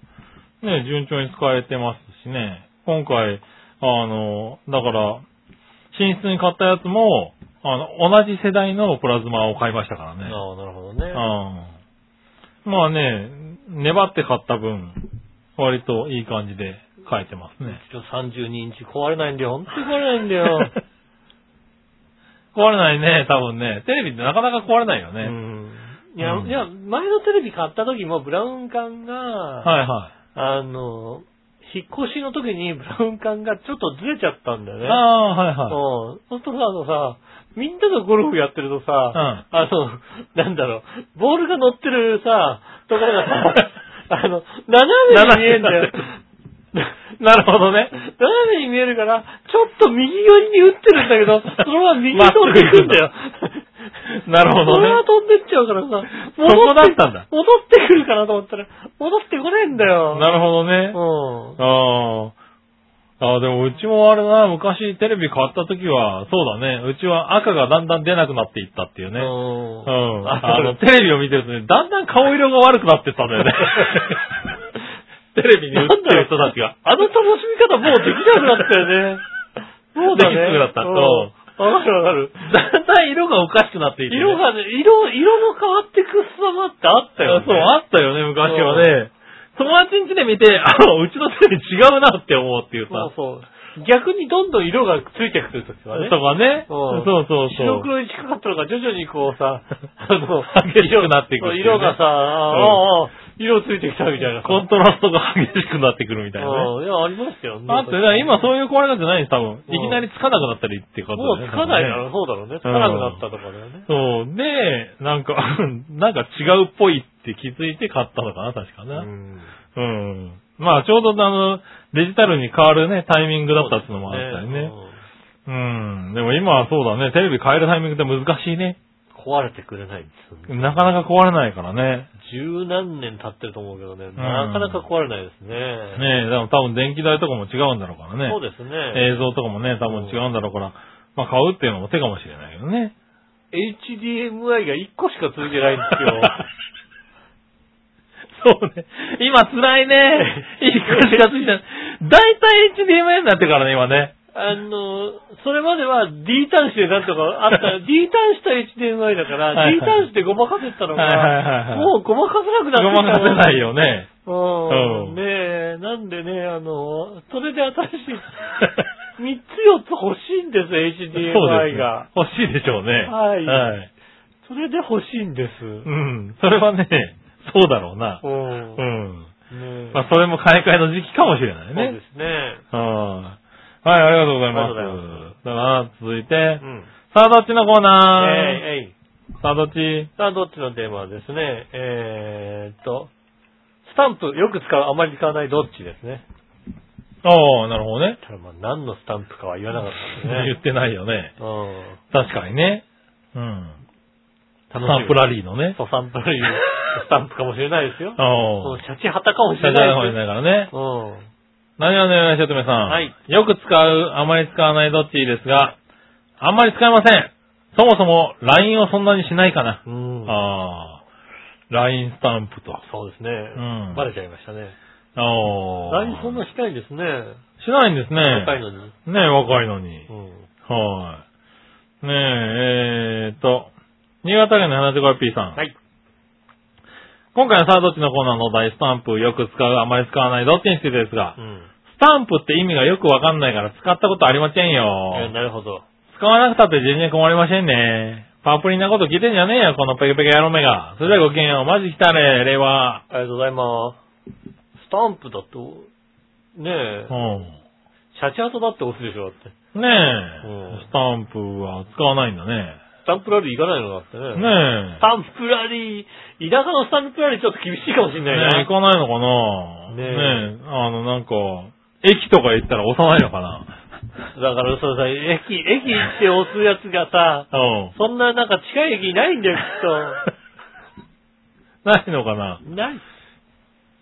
ね、順調に使えてますしね。今回、あのーだから、寝室に買ったやつも、あの、同じ世代のプラズマを買いましたからね。ああ、なるほどね。うん。まあね、粘って買った分、割といい感じで買えてますね。ちょ32インチ壊れないんだよ。本当に壊れないんだよ。 壊れないね、多分ね。テレビってなかなか壊れないよね。うんいや、うんいや、前のテレビ買った時もブラウン管が、はいはあの、引っ越しの時にブラウン管がちょっとずれちゃったんだよい。ね。ああー、はいはうい。ん。ほんとさ、あのさ、みんなのゴルフやってるとさ、んあの、なんだろう、ボールが乗ってるさ、ところが さ、あの、斜めに見えるんだよ。なるほどね。斜めに見えるから、ちょっと右寄りに打ってるんだけど、そのまま右に飛んでいくんだよ。なるほどそれはね。飛んでっちゃうからさ、そこ戻だってったんだ。戻ってくるかなと思ったら、戻ってこないんだよ。なるほどね。うん。ああ。ああ、でもうちもあれだな、昔テレビ買った時は、そうだね、うちは赤がだんだん出なくなっていったっていうね。うんうん。ああの、の、テレビを見てるとね、だんだん顔色が悪くなってったんだよね。 テレビに映ってる人たちが。あの楽しみ方もうできなくなったよね。そうだね。できなくなったううんんわかるわかる。だんだん色がおかしくなっていてね、色がね、色、色の変わってく様ってあったよ、ね。そう、あったよね、昔はね。友達ん家で見て、あ、うちのテレビ違うなって思うっていうさ。そうそう逆にどんどん色がついてくるときはね。とかね。そうそうそう。白黒に近かったのが徐々にこう さ、あの、激しくなっていくっていうね色がさ、ああ、色ついてきたみたいな。コントラストが激しくなってくるみたいなね。うんいや、ありましたよ。あってね、今そういう壊れ方じゃないです、多分。うんいきなりつかなくなったりっていうこともうだよねつかないだ多分ねろう、そうだろうね。つかなくなったとかだよね。そう。で、なんか、 なんか違うっぽいって気づいて買ったのかな、確かうね。んうん。まあ、ちょうどあの、デジタルに変わるね、タイミングだったっていうのもあったよね。うん。でも今はそうだね、テレビ変えるタイミングって難しいね。うん壊れてくれないんですよね。なかなか壊れないからね。十何年経ってると思うけどね、なかなか壊れないですね。ねえ、でも多分電気代とかも違うんだろうからね。そうですね。映像とかもね、多分違うんだろうから、まあ買うっていうのも手かもしれないけどね。 HDMI が1個しか続いてないん ですよ。そうね。今辛い ね。いい感じがついてない。だいたい HDMI になってからね、今ね。あの、それまでは D 端子でなんとかあ った、D 端子と HDMI だかはら、い D はい端子でごまかせてたのはいはいはいはが、いもうごまかせなくなってごまかせないよね。う。うんんねえ、なんでね、あの、それで私、3つ4つ欲しいんです、そうです HDMI ねが。。欲しいでしょうね。はいはい。それで欲しいんです。うん。それはね、そうだろうな。う。うんん。ねえまあ、それも買い替えの時期かもしれなそいうね。ですね。はい。はい、ありがとうございありがとうございます。だから、続いてう、ん。さあ、どっちのコーナーえいえい。さあ、どっちさあ、どっちのテーマはですね、えーっと、スタンプ、よく使う、あまり使わないどっちですね。ああ、なるほどね。ただまあ、何のスタンプかは言わなかったんで言 ねっ。てないよね。うん。確かにね。うん。サ楽しみンプラリーのね。そう、サンプラリーのスタンプかもしれないですよ。あそうあ。シャチハタかもし社れ長のな方いにですよ。だからね。うん。何をね、しおとめさん。はい。よく使う、あまり使わないどっちですが、あんまり使いません。そもそも LINE をそんなにしないかな。うん。ああ。LINE スタンプと。そうですね。うんバレちゃいましたね。ああ。 LINE そんなしたいんですね。しないんですね。若いのに。ねえ、若いのにう。ん。はい。ねえ、えーっと、新潟県の 75P さん。はい。今回のさあどっちのコーナーのお題、スタンプよく使う、あまり使わない、どっちについてですがう、ん。スタンプって意味がよくわかんないから使ったことありませんえよ。なるほど。使わなくたって全然困りませんね。パープリンなこと聞いてんじゃねえよ、このペケペケ野郎めが。それではごきげんよう。マジ来たれ、令和。ありがとうございます。スタンプだって、ねえ、うシャチハタだって押すでしょ、だって。ん。ねえ、うんスタンプは使わないんだね。スタンプラリー行かないのだってね。ねえス。タンプラリー、田舎のスタンプラリーちょっと厳しいかもしんないねね。行かないのかなねねええあの、なんか、駅とか行ったら押さないのかなだからそれさ、駅、駅行って押すやつがさ、 うん。そんななんか近い駅にないんだよ、きっないのかなと。ない。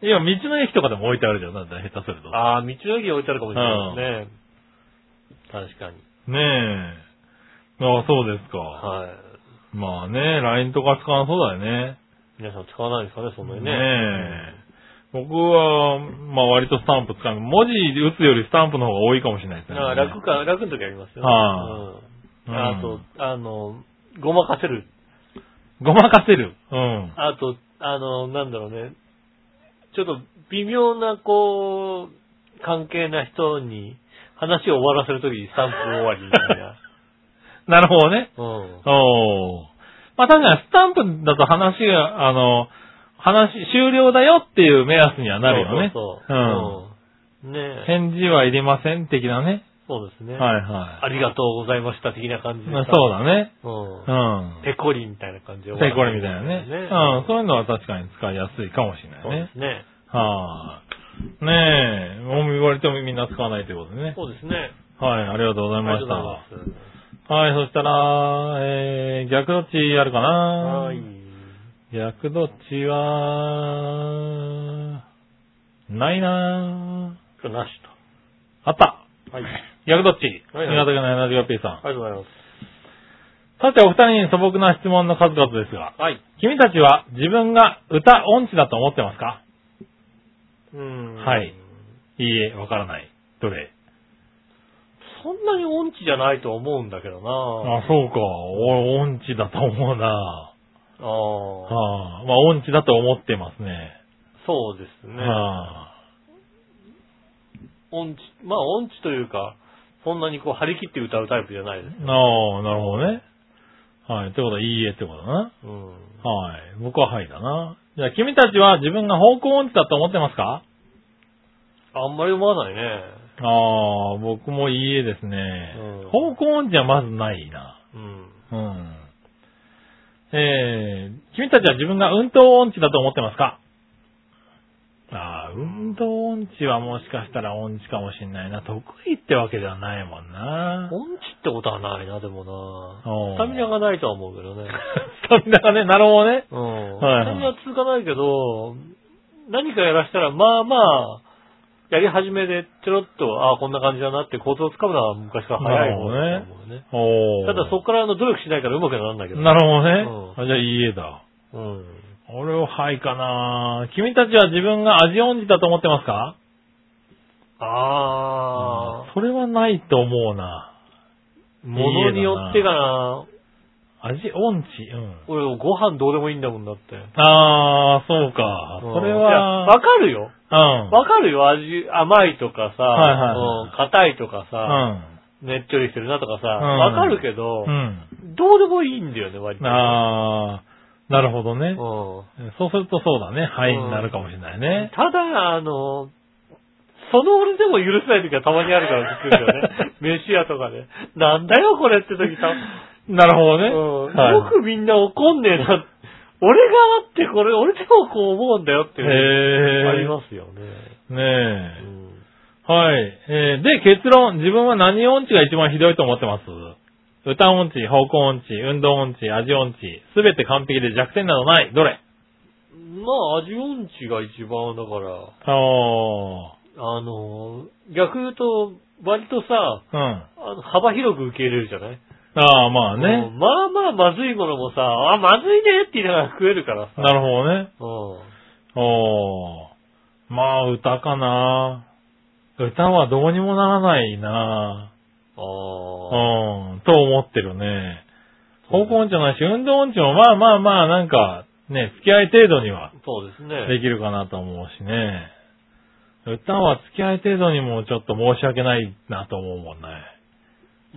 いや、道の駅とかでも置いてあるじゃん。だって下手す ると。ああ、道の駅に置いてあるかもしれないですね。確かに。ねえ。ああ、そうですか。はい。まあね、LINE とか使わなそうだよね。皆さん使わないですかね、そんなにね。ねえ。僕は、まあ割とスタンプ使う。文字打つよりスタンプの方が多いかもしれないですだね。から楽か、楽の時ありますよ、はう。うんんあと、あの、ごまかせる。ごまかせる。うん。あと、あの、なんだろうね。ちょっと微妙な、こう、関係な人に話を終わらせるときにスタンプ終わりみたいな。なるほどね。 うん。おー。まあ確かにスタンプだと話が、あの、話終了だよっていう目安にはなるよね。そうそうそう。うん。ねうん。え。返事はいりません的なね。そうですね。はいあはりがとうございました的な感じい。でまあさ。そうだね。うん。うん。ペコリみたいな感じで終わペらコせリるみたいなね。ねうん。そういうのは確かに使いやすいかもしれないそうでね。すね。はい。ねえ、もう割とみんな使わないということでね。そうですね。はい、ありがとうござあいりまがしとうた。ございはます。い、そしたら、えー、逆どっちやるかなはい。逆どっちは、ないなこれなしぁ。あったと。はい。あ逆どっち新はい潟県の 74P さん。りがとうございます。さて、お二人に素朴な質問の数々ですが、はい。君たちは自分が歌音痴だと思ってますかうん。はい。いいえ、わからない。どれそんなに音痴じゃないと思うんだけどなあ、そうか。お音痴だと思うなああはあ、まあ、音痴だと思ってますね。そうですね。はあ、音痴、まあ音痴というか、そんなにこう張り切って歌うタイプじゃないです。ああ、なるほどね。はい。ってことは、いいえってことだな。うん。はい。僕ははいだな。じゃあ、君たちは自分が方向音痴だと思ってますかあんまり思わないね。ああ、僕もいいえですね。うん方向音痴はまずないな。うん。うん。えー、君たちは自分が運動音痴だと思ってますかああ、運動音痴はもしかしたら音痴かもしんないな。得意ってわけではないもんな。音痴ってことはないな、でもなおースタミナがないとは思うけどね。 スタミナがね、なるほどね。うん。 はいはいスタミナ続かないけど、何かやらしたら、まあまあ、やり始めで、ちょろっと、ああ、こんな感じだなって構造をつかむのは昔から早い方だと思うね。おーただそこからあの努力しないからうまくならないけど。なるほどね。うんあじゃあ、いいえだ。うん。俺ははいかな。君たちは自分が味音痴だと思ってますかああ、それはないと思うな。ものによってかな。味音痴。うん。俺、ご飯どうでもいいんだもんだって。ああ、そうか。それうんいやは、わかるよ。うん。わかるよ。味、甘いとかさ、はいはいはいうん硬いとかうさ、ん。ねっちょりしてるなとかさ、うんわかるけどう、ん。どうでもいいんだよね、割と。ああ、なるほどね。うんそうするとそうだね。はいになるかもしれないね。ただ、あの、その俺でも許せない時はたまにあるから聞くんだ よね。飯屋とかで。なんだよこれって時た、なるほどね。うんはいよくみんな怒んねえな。俺があってこれ、俺でもこう思うんだよっていうのへえ。ありますよね。ねうえ。んはい。えーで、結論。自分は何音痴が一番ひどいと思ってます歌音痴、方向音痴、運動音痴、味音痴。すべて完璧で弱点などない。どれまあ、味音痴が一番だから、ああの、逆言うと、割とさ、あ、うん。あの幅広く受け入れるじゃないああ、まあうね。んまあまあまずいものもさ、あ、まずいねって言いながら食えるからさ。なるほどね。うん。おー。まあ、歌かな。歌はどうにもならないな。ああ。うん、と思ってるね。方向音痴もないし、運動音痴もまあまあまあ、なんか、ね、付き合い程度にはそうですでね。きるかなと思うしね。歌は付き合い程度にもちょっと申し訳ないなと思うもんね。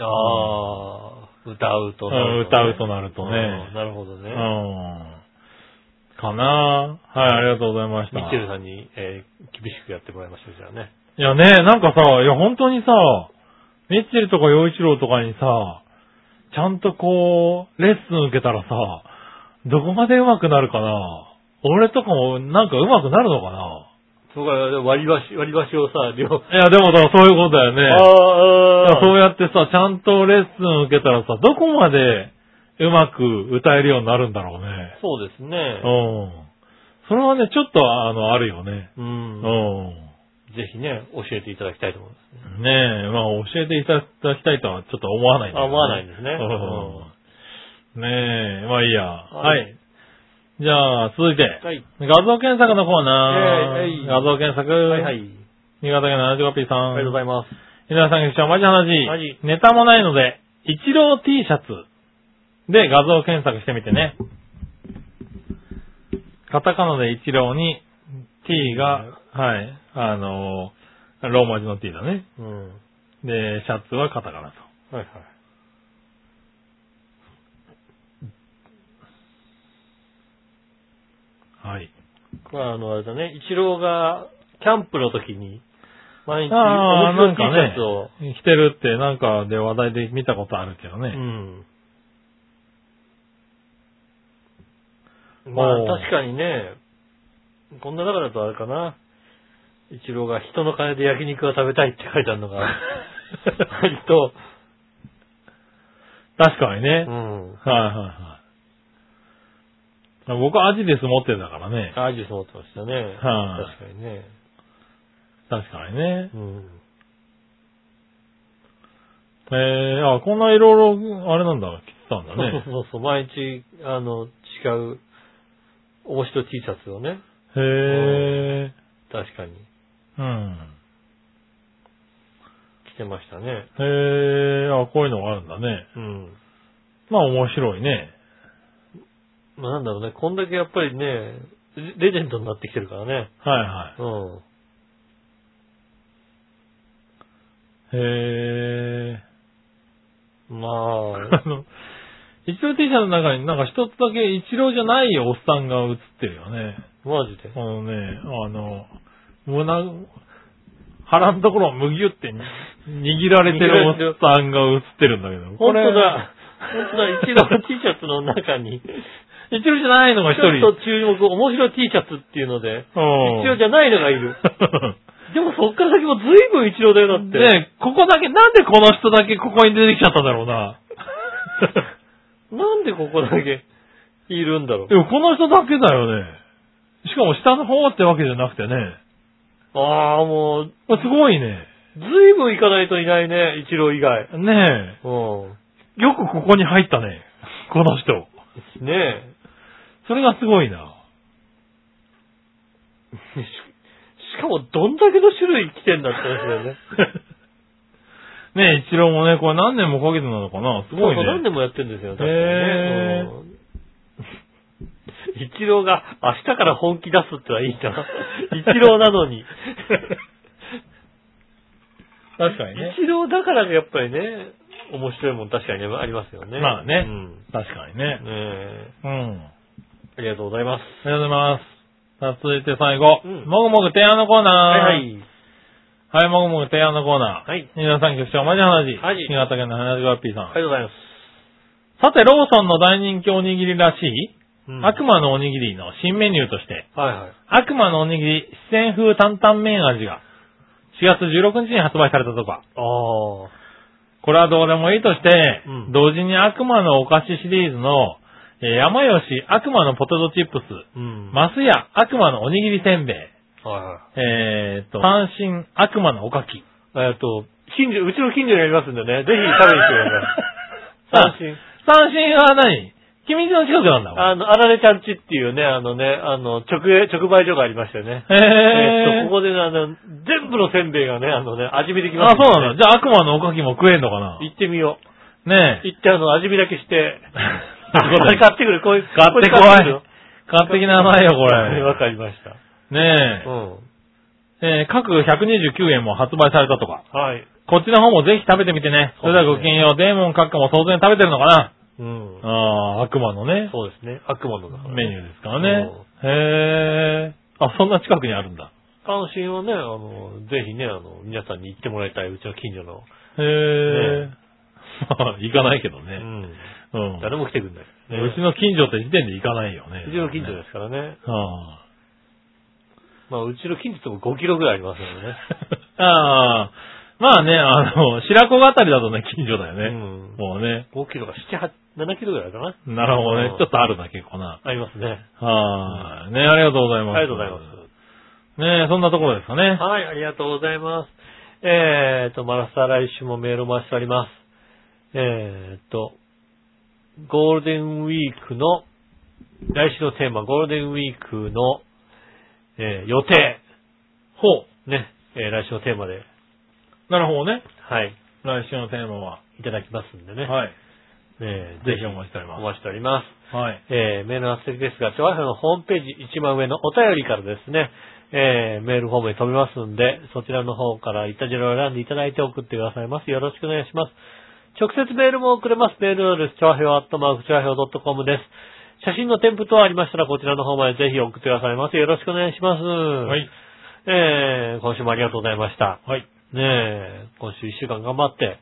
ああ。歌うとうん、歌うとななるるととねうんね。なるほどうね。ん。かなはい、ありがとうございました。ミッチェルさんに、えー厳しくやってもらいましょう、じゃあね。いやね、なんかさ、いや本当にさ、ミッチェルとか洋一郎とかにさ、ちゃんとこう、レッスン受けたらさ、どこまで上手くなるかな俺とかもなんか上手くなるのかなそうか、割り箸、割り箸をさ、両、いや、でもだからそういうことだよね。あだからそうう。やってさ、ちゃんとレッスン受けたらさ、どこまで上手く歌えるようになるんだろうね。そうですね。うん。それはね、ちょっとあの、あるよね。う。うんん。ぜひね、教えていただきたいと思いますね。ねえ、まあ教えていただきたいとはちょっと思わないんだあ、け思どねわないんですね。うんねえ、まあいいや。ははいい。じゃあ、続いて、はい。画像検索のコーナー。イェーイ画像検索。はいはい。あり新潟県 75P さがん。とうございます。皆さん、局長、マジ話。マジネタもないので、一郎 T シャツで画像検索してみてね。カタカナで一郎に、T が、はい、あのーローマ字の T だね。うん。はで、シャツはカタカナと。いはい。はい。これはあの、あれだね、一郎がキャンプの時に、毎日、ああ、面白ない T シャんかツを、ね、着てるってなんかで話題で見たことあるけどうね。ん。まおーあ、確かにね、こんな中だとあれかな、一郎が人の金で焼肉が食べたいって書いてあるのが、割と、確かにうね。ん。はいはいはい。僕はアジです持ってたからね。アジュス持ってましたね。はい確かにね。確かにね。うん。えー、あ、こんないろいろ、あれなんだ、着てたんだね。 そうそうそう、毎日、あの、違う、面白い T シャツをね、へ確かにー。うん。着てましたね。へー、あ、こういうのがあるんだね。うん。まあ面白いね。まあなんだろうね、こんだけやっぱりね、レレジェンドになってきてるからね。はいはうん。い。へー。まああ、の、一郎 T シャツの中になんか一つだけ一郎じゃないおっさんが映ってるよね。マ ジであ。のね、あの、胸、腹のところをむぎゅってに握られてるおっさんが映ってるんだけど。本当れだ。本当だ、一度の T シャツの中に、ち一郎じゃないのが一ょっ人。と注目、面白い T シャツっていうので、うん一応じゃないのがい る。でもそっから先も随分一郎だよだって。ねえここだけ、なんでこの人だけここに出てきちゃったんだろう な。なんでここだけいるんだろうで。もこの人だけだよね。しかも下の方ってわけじゃなくてね。ああ、もう、すごいね。ずいぶん行かないといないね、一郎以外。ねうえ、よくここに入ったね。この人。ん。ねそれがすごいな。え。ししかも、どんだけの種類来てんだって話だよね。ねえ、一郎もね、これ何年もかけてなのかなすごいそうそうね。何年もやってんですよ、確かにへね。うん 一郎が明日から本気出すってのはいいな。 一郎な のに。確かにね。一郎だからやっぱりね、面白いもん確かにありますよね。まあねうん。ね確かにね。えうん。ありがとうございます。ありがとうございます。さあ、続いて最後。うんもぐもぐ提案のコーナー。はいはい。はい、もぐもぐ提案のコーナー。はい。皆さん、局長、マジ話。はい新潟県の花川 P さん。ありがとうございます。さて、ローソンの大人気おにぎりらしい、うん悪魔のおにぎりの新メニューとして、はいはい。悪魔のおにぎり四川風担々麺味が、4月16日に発売されたとか。ああ。これはどうでもいいとして、うん同時に悪魔のお菓子シリーズの、えー山吉悪魔のポテトチップス、うん。マスヤ悪魔のおにぎりせんべい、はいはい。えーっと、三神悪魔のおかき。えっと、近所、うちの近所にありますんでね、ぜひ食べに来てください。三 振。三振は何君んちの近くなんだもん。あの、あられちゃんちっていうね、あのね、あの、直営、直売所がありましたよね。へえっえと、ここでね、あの、全部のせんべいがね、あのね、味見できまあ、すそうなんだ。だ。じゃあ悪魔のおかきも食えんのかな行ってみよね う。え。行って、あの、味見だけして。そういうことあれで買ってくる、こういう。買ってこいこうう買くるよ買ってきなさいよ、こわ れ。かりました。うねん。え。えー各129円も発売されたとか。はい。こっちの方もぜひ食べてみてね。それではごきげんよう。デーモン閣下も当然食べてるのかなうん。ああ、悪魔のね、そうですね。悪魔のだから。メニューですからね。へえ。あ、そんな近くにあるんだ。関心をね、あの、ぜひね、あの、皆さんに行ってもらいたい、うちの近所の。へえ。 まあ、行かないけどうね。ん。うん。誰も来てくんない。ねうちの近所って時点で行かないよね。うちの近所ですからね。あまあ、うちの近所とも5キロぐらいありますよね。あ。 ああ。まあね、あの、白子あたりだとね、近所だようね。ん。もうね。 5キロが7、8 7キロぐらいかな。なるほどうねん。ちょっとあるだけかな。ありますね。はあ。ね、ありがとうございあます。りがとうございます。す。ねそんなところですかね。はい、ありがとうございます。えーと、また来週もメールを回しております。えーと、ゴールデンウィークの、来週のテーマ、ゴールデンウィークの、えー予定。ほう。ね、えー来週のテーマで、なるほどね。はい、来週のテーマは。いただきますんでね。はい。えーぜぜひひお待ちしておりおま待ちしております。す。はい。えーメールの宛先ですが、調和表のホームページ一番上のお便りからですね、えーメールフォームに飛びますんで、そちらの方からイタジェラを選んでいただいて送ってくださいます。よろしくお願いします。直接メールも送れます。メールアドレス、調和表アットマーク、調和表 .com です。写真の添付等ありましたら、こちらの方までぜひ送ってくださいます。よろしくお願いします。はは。い。えー今週もありがとうございました。はい。ねえ、今週一週間頑張って、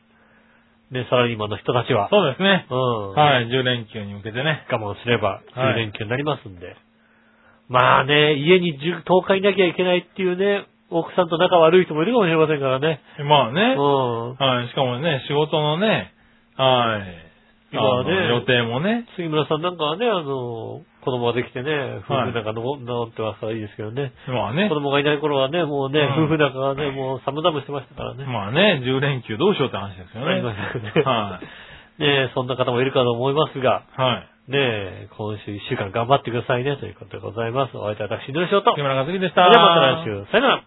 ね、サラリーマンの人たちは、そうですね。うん。はい。10連休に向けてね。我慢すればは10い連休になりますんで。まあね、家に10 10日いなきゃいけないっていうね、奥さんと仲悪い人もいるかもしれませんからね。まあうね。ん。はい。しかもね、仕事のね、はい。今はあのね予定もね。杉村さんなんかはね、あの、子供ができてね、夫はい婦仲の、治ってますからいいですけどね。まあね子。供がいない頃はね、もうね、うん夫婦仲がね、もう寒々してましたからね。まあね、10連休どうしようって話ですよありまね。したね。はねえそんな方もいるかと思いますが、 はい。ねえ今週1週間頑張ってくださいね、ということでございます。お相手は私、ぬるしょうと。木村和樹でしそた。れではまた来週。さよなら。